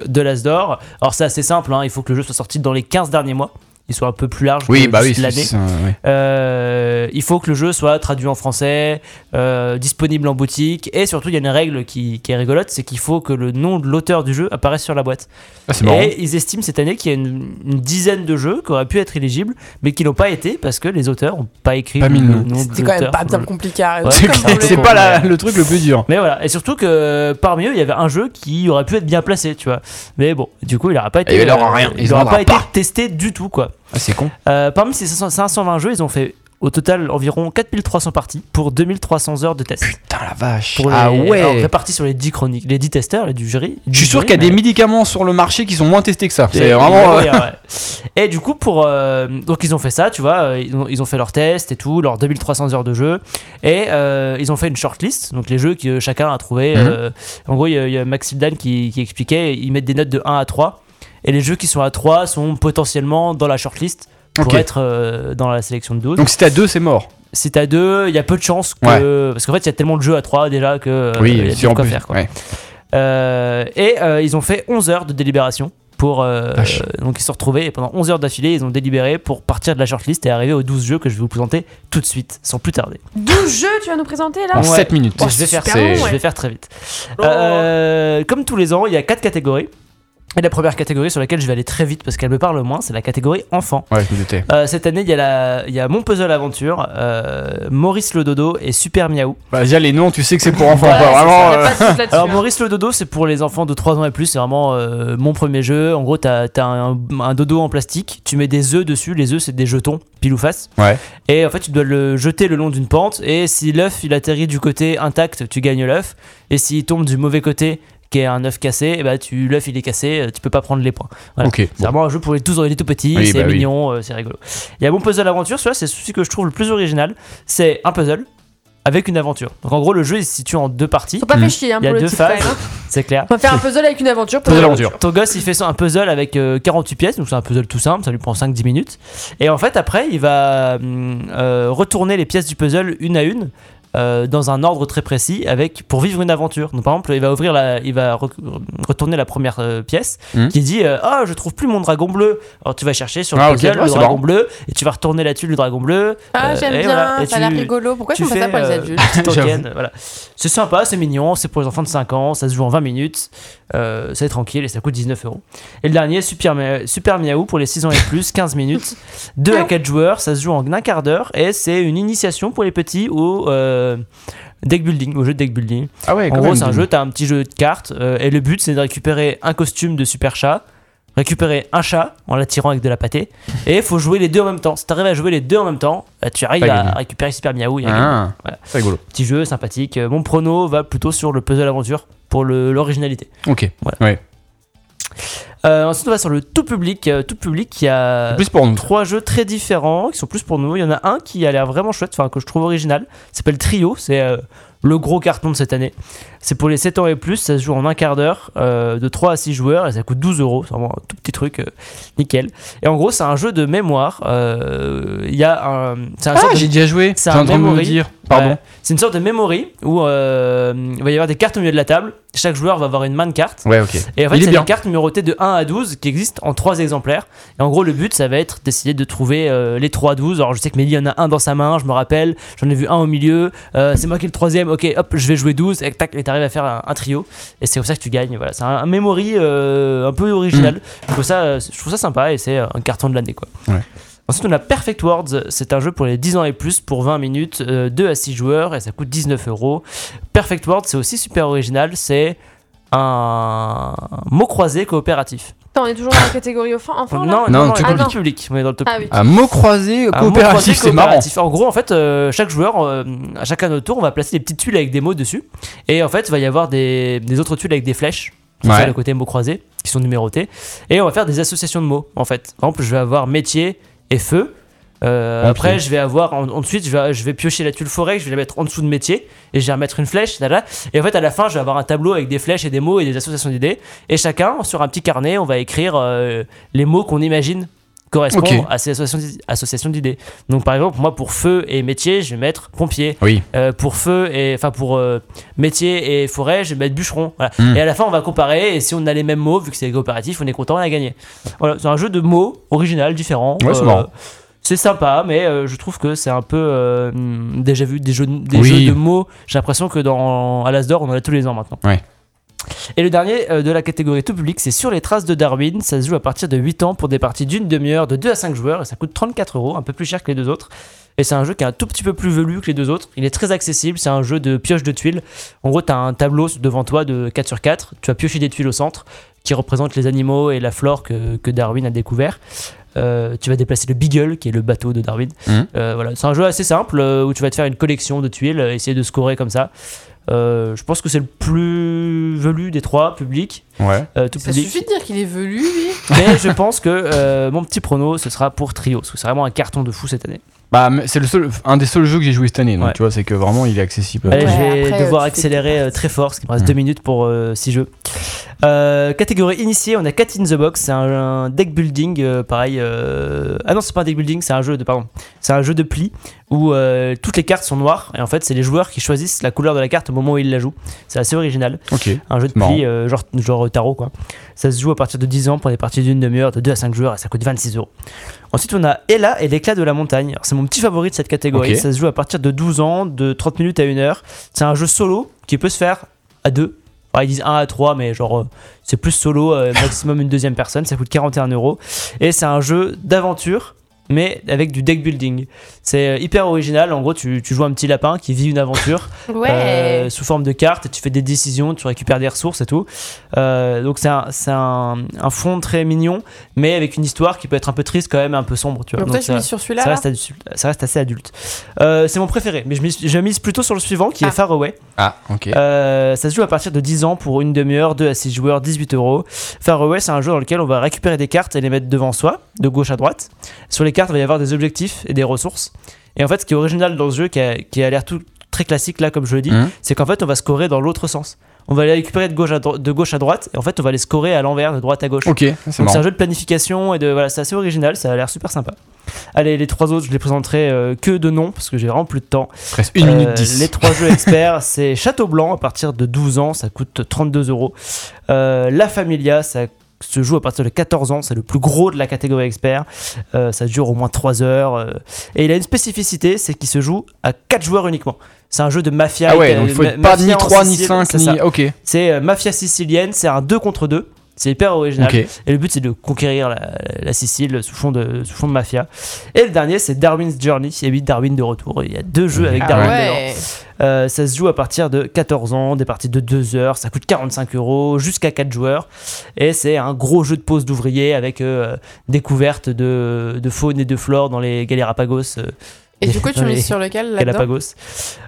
B: de l'Asdor. Alors, c'est assez simple, hein, il faut que le jeu soit sorti dans les 15 derniers mois. Il soit un peu plus large
A: Oui,
B: que
A: bah oui,
B: juste l'année.
A: c'est ça, ouais.
B: Euh, il faut que le jeu soit traduit en français, euh, disponible en boutique, et surtout il y a une règle qui, qui est rigolote, c'est qu'il faut que le nom de l'auteur du jeu apparaisse sur la boîte.
A: Ah, c'est marrant.
B: Et ils estiment cette année qu'il y a une, une dizaine de jeux qui auraient pu être éligibles, mais qui n'ont pas été parce que les auteurs n'ont pas écrit
A: Pas mis le nom.
B: de
C: C'était quand même
B: l'auteur.
C: pas bien compliqué à
B: Ouais,
C: comme
B: clair.
C: pour
A: [laughs]
C: le-
A: C'est pas la- le truc le plus dur.
B: Mais voilà, et surtout que parmi eux, il y avait un jeu qui aurait pu être bien placé, tu vois. Mais bon, du coup, il n'aura pas été,
A: Et il aura
B: euh,
A: rien, il
B: il aura
A: aura
B: pas été
A: pas.
B: testé du tout, quoi.
A: Ah, c'est con.
B: Euh, parmi ces 500 520 jeux, ils ont fait au total environ 4300 parties pour 2300 heures de test.
A: Putain, la vache.
B: Pour
A: ah
B: les- alors,
A: ouais.
B: répartis sur les 10 chroniques, les 10 testeurs, les du jury.
A: Je suis sûr qu'il y a des médicaments sur le marché qui sont moins testés que ça. C'est vraiment. euh,
B: hein, Et du coup, pour euh, donc ils ont fait ça, tu vois, euh, ils ont, ils ont fait leurs tests et tout, leurs 2300 heures de jeu, et euh, ils ont fait une shortlist, donc les jeux que chacun a trouvé.
A: Mhm.
B: euh, en gros, il y a, il y a Max Hildan qui, qui expliquait, ils mettent des notes de 1 à 3, et les jeux qui sont à 3 sont potentiellement dans la shortlist pour
A: Ok.
B: être euh, dans la sélection de 12.
A: Donc si t'as deux, c'est mort.
B: si t'as deux, il y a peu de chances que. Parce qu'en fait, il y a tellement de jeux à trois déjà que. euh, il y a
A: si
B: tout
A: on
B: quoi
A: peut
B: faire. Quoi.
A: ouais.
B: Euh, et euh, ils ont fait 11 heures de délibération. Pour, euh,
A: Vache.
B: euh, donc ils se sont retrouvés et pendant 11 heures d'affilée ils ont délibéré pour partir de la shortlist et arriver aux 12 jeux que je vais vous présenter tout de suite sans plus tarder.
E: 12 jeux, tu vas
B: [laughs]
E: nous présenter là
A: En 7 minutes.
B: je, vais faire,
A: Oh, C'est-
B: je vais faire très vite. Euh, comme tous les ans il y a 4 catégories et la première catégorie sur laquelle je vais aller très vite parce qu'elle me parle moins c'est la catégorie enfant.
A: Ouais, je me doutais.
B: Euh, cette année il y a, la, il y a Mon Puzzle Aventure, euh, Maurice le Dodo et Super Miaou.
A: Bah, déjà, les noms, tu sais que c'est pour enfants.
E: Voilà,
A: quoi,
E: c'est
A: vraiment.
E: ça,
A: euh,
E: y a pas de doute là-dessus,
B: [laughs] Alors
E: hein.
B: Maurice le dodo c'est pour les enfants de 3 ans et plus, c'est vraiment euh, mon premier jeu. En gros t'as as un, un dodo en plastique, tu mets des œufs dessus, les œufs c'est des jetons, pile ou face.
A: Ouais.
B: Et en fait tu dois le jeter le long d'une pente et si l'œuf il atterrit du côté intact tu gagnes l'œuf et s'il tombe du mauvais côté qui est un œuf cassé, et bah tu l'œuf il est cassé, euh, tu peux pas prendre les points. Voilà.
A: Ok.
B: C'est vraiment un jeu pour les tous, les tout petits,
A: Oui,
B: c'est
A: bah oui.
B: mignon, euh, c'est rigolo. Il y a mon puzzle aventure, celui-là c'est celui que je trouve le plus original. C'est un puzzle avec une aventure. Donc en gros le jeu il se situe en deux parties.
E: Faut pas
A: Hmm.
E: faire chier hein,
B: Il y a
E: pour
B: deux
E: le titre quand
B: phases,
E: même. hein.
B: c'est clair.
E: On va faire un puzzle avec une aventure.
A: Puzzle
E: peut-être.
A: aventure.
B: Ton gosse, il fait ça- un puzzle avec euh, 48 pièces, donc c'est un puzzle tout simple, ça lui prend 5-10 minutes. Et en fait, après, il va hum, euh, retourner les pièces du puzzle une à une. euh, dans un ordre très précis avec pour vivre une aventure. Donc par exemple, il va ouvrir la, il va re- retourner la première euh, pièce
A: Mhm.
B: qui dit euh, ah je trouve plus mon dragon bleu. Alors tu vas chercher sur le
A: Ah, ok,
B: puzzle
A: ouais,
B: le
A: c'est
B: dragon
A: marrant.
B: bleu et tu vas retourner là-dessus le dragon bleu.
C: Ah,
B: Euh,
C: j'aime
B: et
C: bien,
B: voilà. Et
C: ça a l'air
B: tu-
C: rigolo. Pourquoi ils
B: tu
C: font pas ça
B: fais,
C: pour les
B: euh, [laughs]
C: adultes
B: petite token, voilà. C'est sympa, c'est mignon, c'est pour les enfants de 5 ans, ça se joue en 20 minutes. Euh, c'est tranquille et ça coûte 19 euros. Et le dernier, Super, Mia- Super Miaou pour les 6 ans et
C: [laughs]
B: plus, 15 minutes, 2 à 4 joueurs, ça se joue en un quart d'heure et c'est une initiation pour les petits au euh, deck building, au jeu de deck building.
A: Ah ouais,
B: En gros, c'est un jeu, t'as un petit jeu de cartes euh, et le but c'est de récupérer un costume de super chat, récupérer un chat en l'attirant avec de la pâtée et faut jouer les deux en même temps. Si t'arrives à jouer les deux en même temps, euh, tu arrives
A: T'as
B: à
A: gagné.
B: récupérer Super Miaou. et à gagner.
A: Ah,
B: Voilà.
A: c'est rigolo.
B: Petit jeu sympathique. Euh, Mon prono va plutôt sur le puzzle aventure pour le- l'originalité.
A: Ok.
B: Euh, ensuite, on va sur le tout public. Euh, tout public, il y a
A: Plus pour nous.
B: trois jeux très différents qui sont plus pour nous. Il y en a un qui a l'air vraiment chouette, enfin que je trouve original. Ça s'appelle Trio. C'est euh, le gros carton de cette année. C'est pour les 7 ans et plus. Ça se joue en un quart d'heure, euh, de 3 à 6 joueurs. Et ça coûte 12 euros. C'est vraiment un tout petit truc, euh, nickel. Et en gros, c'est un jeu de mémoire. Euh, Il y a un. C'est un
A: Ah,
B: sorte de-
A: j'ai déjà joué.
B: c'est
A: T'es
B: un
A: en train de me
B: memory.
A: dire. Pardon.
B: Ouais. C'est une sorte de memory où euh, il va y avoir des cartes au milieu de la table. Chaque joueur va avoir une main de cartes.
A: Ouais, ok.
B: Et en fait,
A: Il est
B: c'est
A: bien.
B: des cartes numérotées de 1 à 12 qui existent en 3 exemplaires. Et en gros, le but, ça va être d'essayer de trouver euh, les 3 à 12. Alors, je sais que Mélie en a un dans sa main, je me rappelle. J'en ai vu un au milieu. Euh, c'est moi qui ai le troisième. Ok, hop, je vais jouer 12. Et tac, et t'arrives à faire un, un trio. Et c'est comme ça que tu gagnes. Voilà, c'est un, un memory euh, un peu original.
A: Mm.
B: Je, trouve ça, euh, je trouve ça sympa et c'est euh, un carton de l'année, quoi.
A: Ouais.
B: Ensuite, on a Perfect Words. C'est un jeu pour les 10 ans et plus, pour 20 minutes, 2 à 6 joueurs, et ça coûte 19 euros. Perfect World, c'est aussi super original. C'est un mot croisé coopératif.
E: Attends, on est toujours dans la catégorie enfant, enfant Oh là
B: non,
A: Non,
B: non,
A: tout
B: non,
E: public.
B: public. public. On est dans le top
E: Ah oui.
A: Un mot croisé
B: un mot croisé
A: coopératif, c'est marrant.
B: coopératif. En gros, en fait, euh, chaque joueur, euh, à chacun notre tour, on va placer des petites tuiles avec des mots dessus. Et en fait, il va y avoir des, des autres tuiles avec des flèches. C'est
A: Ouais.
B: ça, le côté mots croisés, qui sont numérotés. Et on va faire des associations de mots, en fait. Par exemple, je vais avoir métier et feu. Euh,
A: Ok.
B: Après, je vais avoir en- ensuite, je vais, je vais piocher la tuile forêt, je vais la mettre en dessous de métier et je vais remettre une flèche. là, là. Et en fait, à la fin, je vais avoir un tableau avec des flèches et des mots et des associations d'idées. Et chacun, sur un petit carnet, on va écrire euh, les mots qu'on imagine correspondre
A: Ok.
B: à ces associations d'i- associations d'idées. Donc, par exemple, moi, pour feu et métier, je vais mettre pompier.
A: Oui.
B: Euh, pour feu et enfin pour euh, métier et forêt, je vais mettre bûcheron. Voilà.
A: Mm.
B: Et à la fin, on va comparer. Et si on a les mêmes mots, vu que c'est coopératif, on est content, on a gagné. Voilà, c'est un jeu de mots original, euh, différent.
A: Ouais, c'est marrant.
B: c'est sympa, mais euh, je trouve que c'est un peu euh, hmm, déjà vu des jeux, des
A: Oui.
B: jeux de mots. J'ai l'impression que dans Alasdor, on en a tous les ans maintenant.
A: Ouais.
B: Et le dernier euh, de la catégorie tout public, c'est Sur les traces de Darwin. Ça se joue à partir de 8 ans pour des parties d'une demi-heure de 2 à 5 joueurs et ça coûte 34 euros, un peu plus cher que les deux autres. Et c'est un jeu qui est un tout petit peu plus velu que les deux autres. Il est très accessible, c'est un jeu de pioche de tuiles. En gros, tu as un tableau devant toi de 4 sur 4. Tu as pioché des tuiles au centre qui représentent les animaux et la flore que, que Darwin a découvert. Euh, tu vas déplacer le Beagle, qui est le bateau de Darwin.
A: Mhm.
B: Euh, voilà, c'est un jeu assez simple euh, où tu vas te faire une collection de tuiles, euh, essayer de scorer comme ça. Euh, je pense que c'est le plus velu des trois publics,
A: Ouais.
B: euh, tout
C: Ça
B: public.
C: suffit de dire qu'il est velu, lui.
B: Mais je pense que euh, mon petit prono, ce sera pour Trio, parce que c'est vraiment un carton de fou cette année.
A: Bah, mais c'est le seul, un des seuls jeux que j'ai joué cette année. Donc,
B: Ouais.
A: tu vois, c'est que vraiment, il est accessible.
B: Allez,
C: Ouais,
B: je vais
C: après,
B: devoir
C: euh, tu fais
B: accélérer
C: tes
B: euh, très fort, parce qu'il me reste
A: Mm.
B: deux minutes pour euh, six jeux. Euh, catégorie initiée, on a Cat in the Box, c'est un, un deck building, euh, pareil. euh, Ah non, c'est pas un deck building, c'est un jeu de pardon, c'est un jeu de pli où euh, toutes les cartes sont noires et en fait c'est les joueurs qui choisissent la couleur de la carte au moment où ils la jouent. C'est assez original,
A: Ok.
B: un jeu de
A: Marrant.
B: pli euh, genre genre tarot quoi. Ça se joue à partir de 10 ans pour des parties d'une demi-heure, de 2 à 5 joueurs et ça coûte 26 euros. Ensuite, on a Ella et l'éclat de la montagne. Alors, C'est mon petit favori de cette catégorie.
A: Ok.
B: Ça se joue à partir de 12 ans, de 30 minutes à 1 heure. C'est un jeu solo qui peut se faire à deux. Enfin, ils disent 1 à 3, mais genre, euh, c'est plus solo, euh, [laughs] maximum une deuxième personne. Ça coûte 41 euros. Et c'est un jeu d'aventure, mais avec du deck building. C'est euh, hyper original. En gros, tu, tu joues un petit lapin qui vit une aventure euh, sous forme de cartes. Tu fais des décisions, tu récupères des ressources et tout. Euh, donc, c'est un, c'est un, un fond très mignon, mais avec une histoire qui peut être un peu triste quand même, un peu sombre. Tu vois.
C: Donc, toi,
B: Donc,
C: je
B: ça-
C: suis sur celui-là.
B: ça
C: là.
B: reste, adulte- ça reste assez adulte. Euh, c'est mon préféré, mais je mise, je mise plutôt sur le suivant qui est
C: Ah.
B: Faraway.
A: Ah, ok.
B: Euh, ça se joue à partir de 10 ans pour une demi-heure, 2 à 6 joueurs, 18 euros. Faraway, c'est un jeu dans lequel on va récupérer des cartes et les mettre devant soi, de gauche à droite. Sur les cartes, il va y avoir des objectifs et des ressources. Et en fait, ce qui est original dans ce jeu, qui a, qui a l'air tout très classique là, comme je le dis,
A: Mhm.
B: c'est qu'en fait, on va scorer dans l'autre sens. On va les récupérer de gauche, à dro- de gauche à droite, et en fait, on va les scorer à l'envers, de droite à gauche.
A: Ok, c'est
B: Donc c'est un
A: marrant.
B: jeu de planification et de voilà, c'est assez original, ça a l'air super sympa. Allez, les trois autres, je les présenterai euh, que de nom parce que j'ai vraiment plus de temps.
A: Presque 1 minute
B: Euh,
A: 10.
B: Les
A: [laughs]
B: trois jeux experts, c'est Château Blanc à partir de 12 ans, ça coûte 32 euros. Euh, La Familia, ça se joue à partir de 14 ans. C'est le plus gros de la catégorie expert. Euh, ça dure au moins 3 heures. euh. et il a une spécificité, c'est qu'il se joue à 4 joueurs uniquement. C'est un jeu de mafia.
A: Ah ouais,
B: euh,
A: donc il faut
B: ma-
A: être pas
B: mafia
A: ni
B: en
A: 3, ni
B: Sicile,
A: 5,
B: c'est ça.
A: ni. Ok,
B: C'est euh, mafia sicilienne, c'est un 2 contre 2. C'est hyper original.
A: ok.
B: Et le but, c'est de conquérir la, la Sicile sous fond, de, sous fond de mafia. Et le dernier, c'est Darwin's Journey. Et oui, Darwin de retour. Il y a deux jeux avec
A: Ah
B: Darwin dedans.
C: ouais.
B: Euh, ça se joue à partir de 14 ans, des parties de 2 heures, ça coûte 45 euros, jusqu'à 4 joueurs. Et c'est un gros jeu de pause d'ouvriers avec euh, découverte de, de faune et de flore dans les Galerapagos. euh, [laughs]
C: Et du coup, tu
B: dans les
C: mises sur lequel là-dedans
B: Galapagos.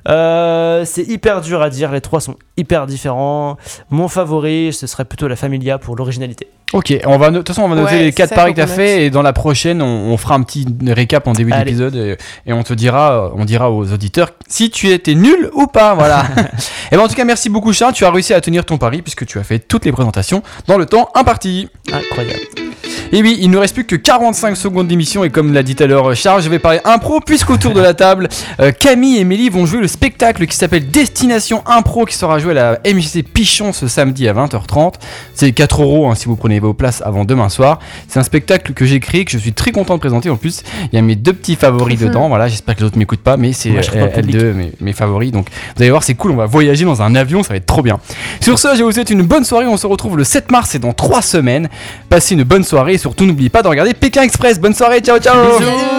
B: Euh, c'est hyper dur à dire, les trois sont hyper différents. Mon favori, ce serait plutôt la Familia pour l'originalité.
A: Ok, on va no- de toute façon on va noter
C: Ouais,
A: les
C: c'est
A: 4
C: ça,
A: paris que
C: faut
A: t'as
C: qu'on
A: fait et dans la prochaine on, on fera un petit récap en début
B: Allez.
A: d'épisode et, et on te dira euh, on dira aux auditeurs si tu étais nul ou pas voilà. et ben en tout cas merci beaucoup Charles, tu as réussi à tenir ton pari puisque tu as fait toutes les présentations dans le temps imparti.
B: Incroyable.
A: Et oui, il ne reste plus que 45 secondes d'émission et comme l'a dit tout à l'heure Charles, je vais parler impro puisqu'autour de la table, euh, Camille et Mélie vont jouer le spectacle qui s'appelle Destination Impro qui sera joué à la MJC Pichon ce samedi à 20h30. C'est 4 euros hein, si vous prenez vos places avant demain soir. C'est un spectacle que j'ai créé, que je suis très content de présenter en plus. Il y a mes deux petits favoris dedans, voilà, j'espère que les autres m'écoutent pas, mais c'est
B: Moi, je serai pas
A: euh, elles
B: public.
A: deux mes, mes favoris. Donc vous allez voir, c'est cool, on va voyager dans un avion, ça va être trop bien. Sur ce, je vous souhaite une bonne soirée, on se retrouve le 7 mars et dans 3 semaines. Passez une bonne soirée et surtout n'oubliez pas de regarder Pékin Express. Bonne soirée, ciao ciao.
C: Bisous.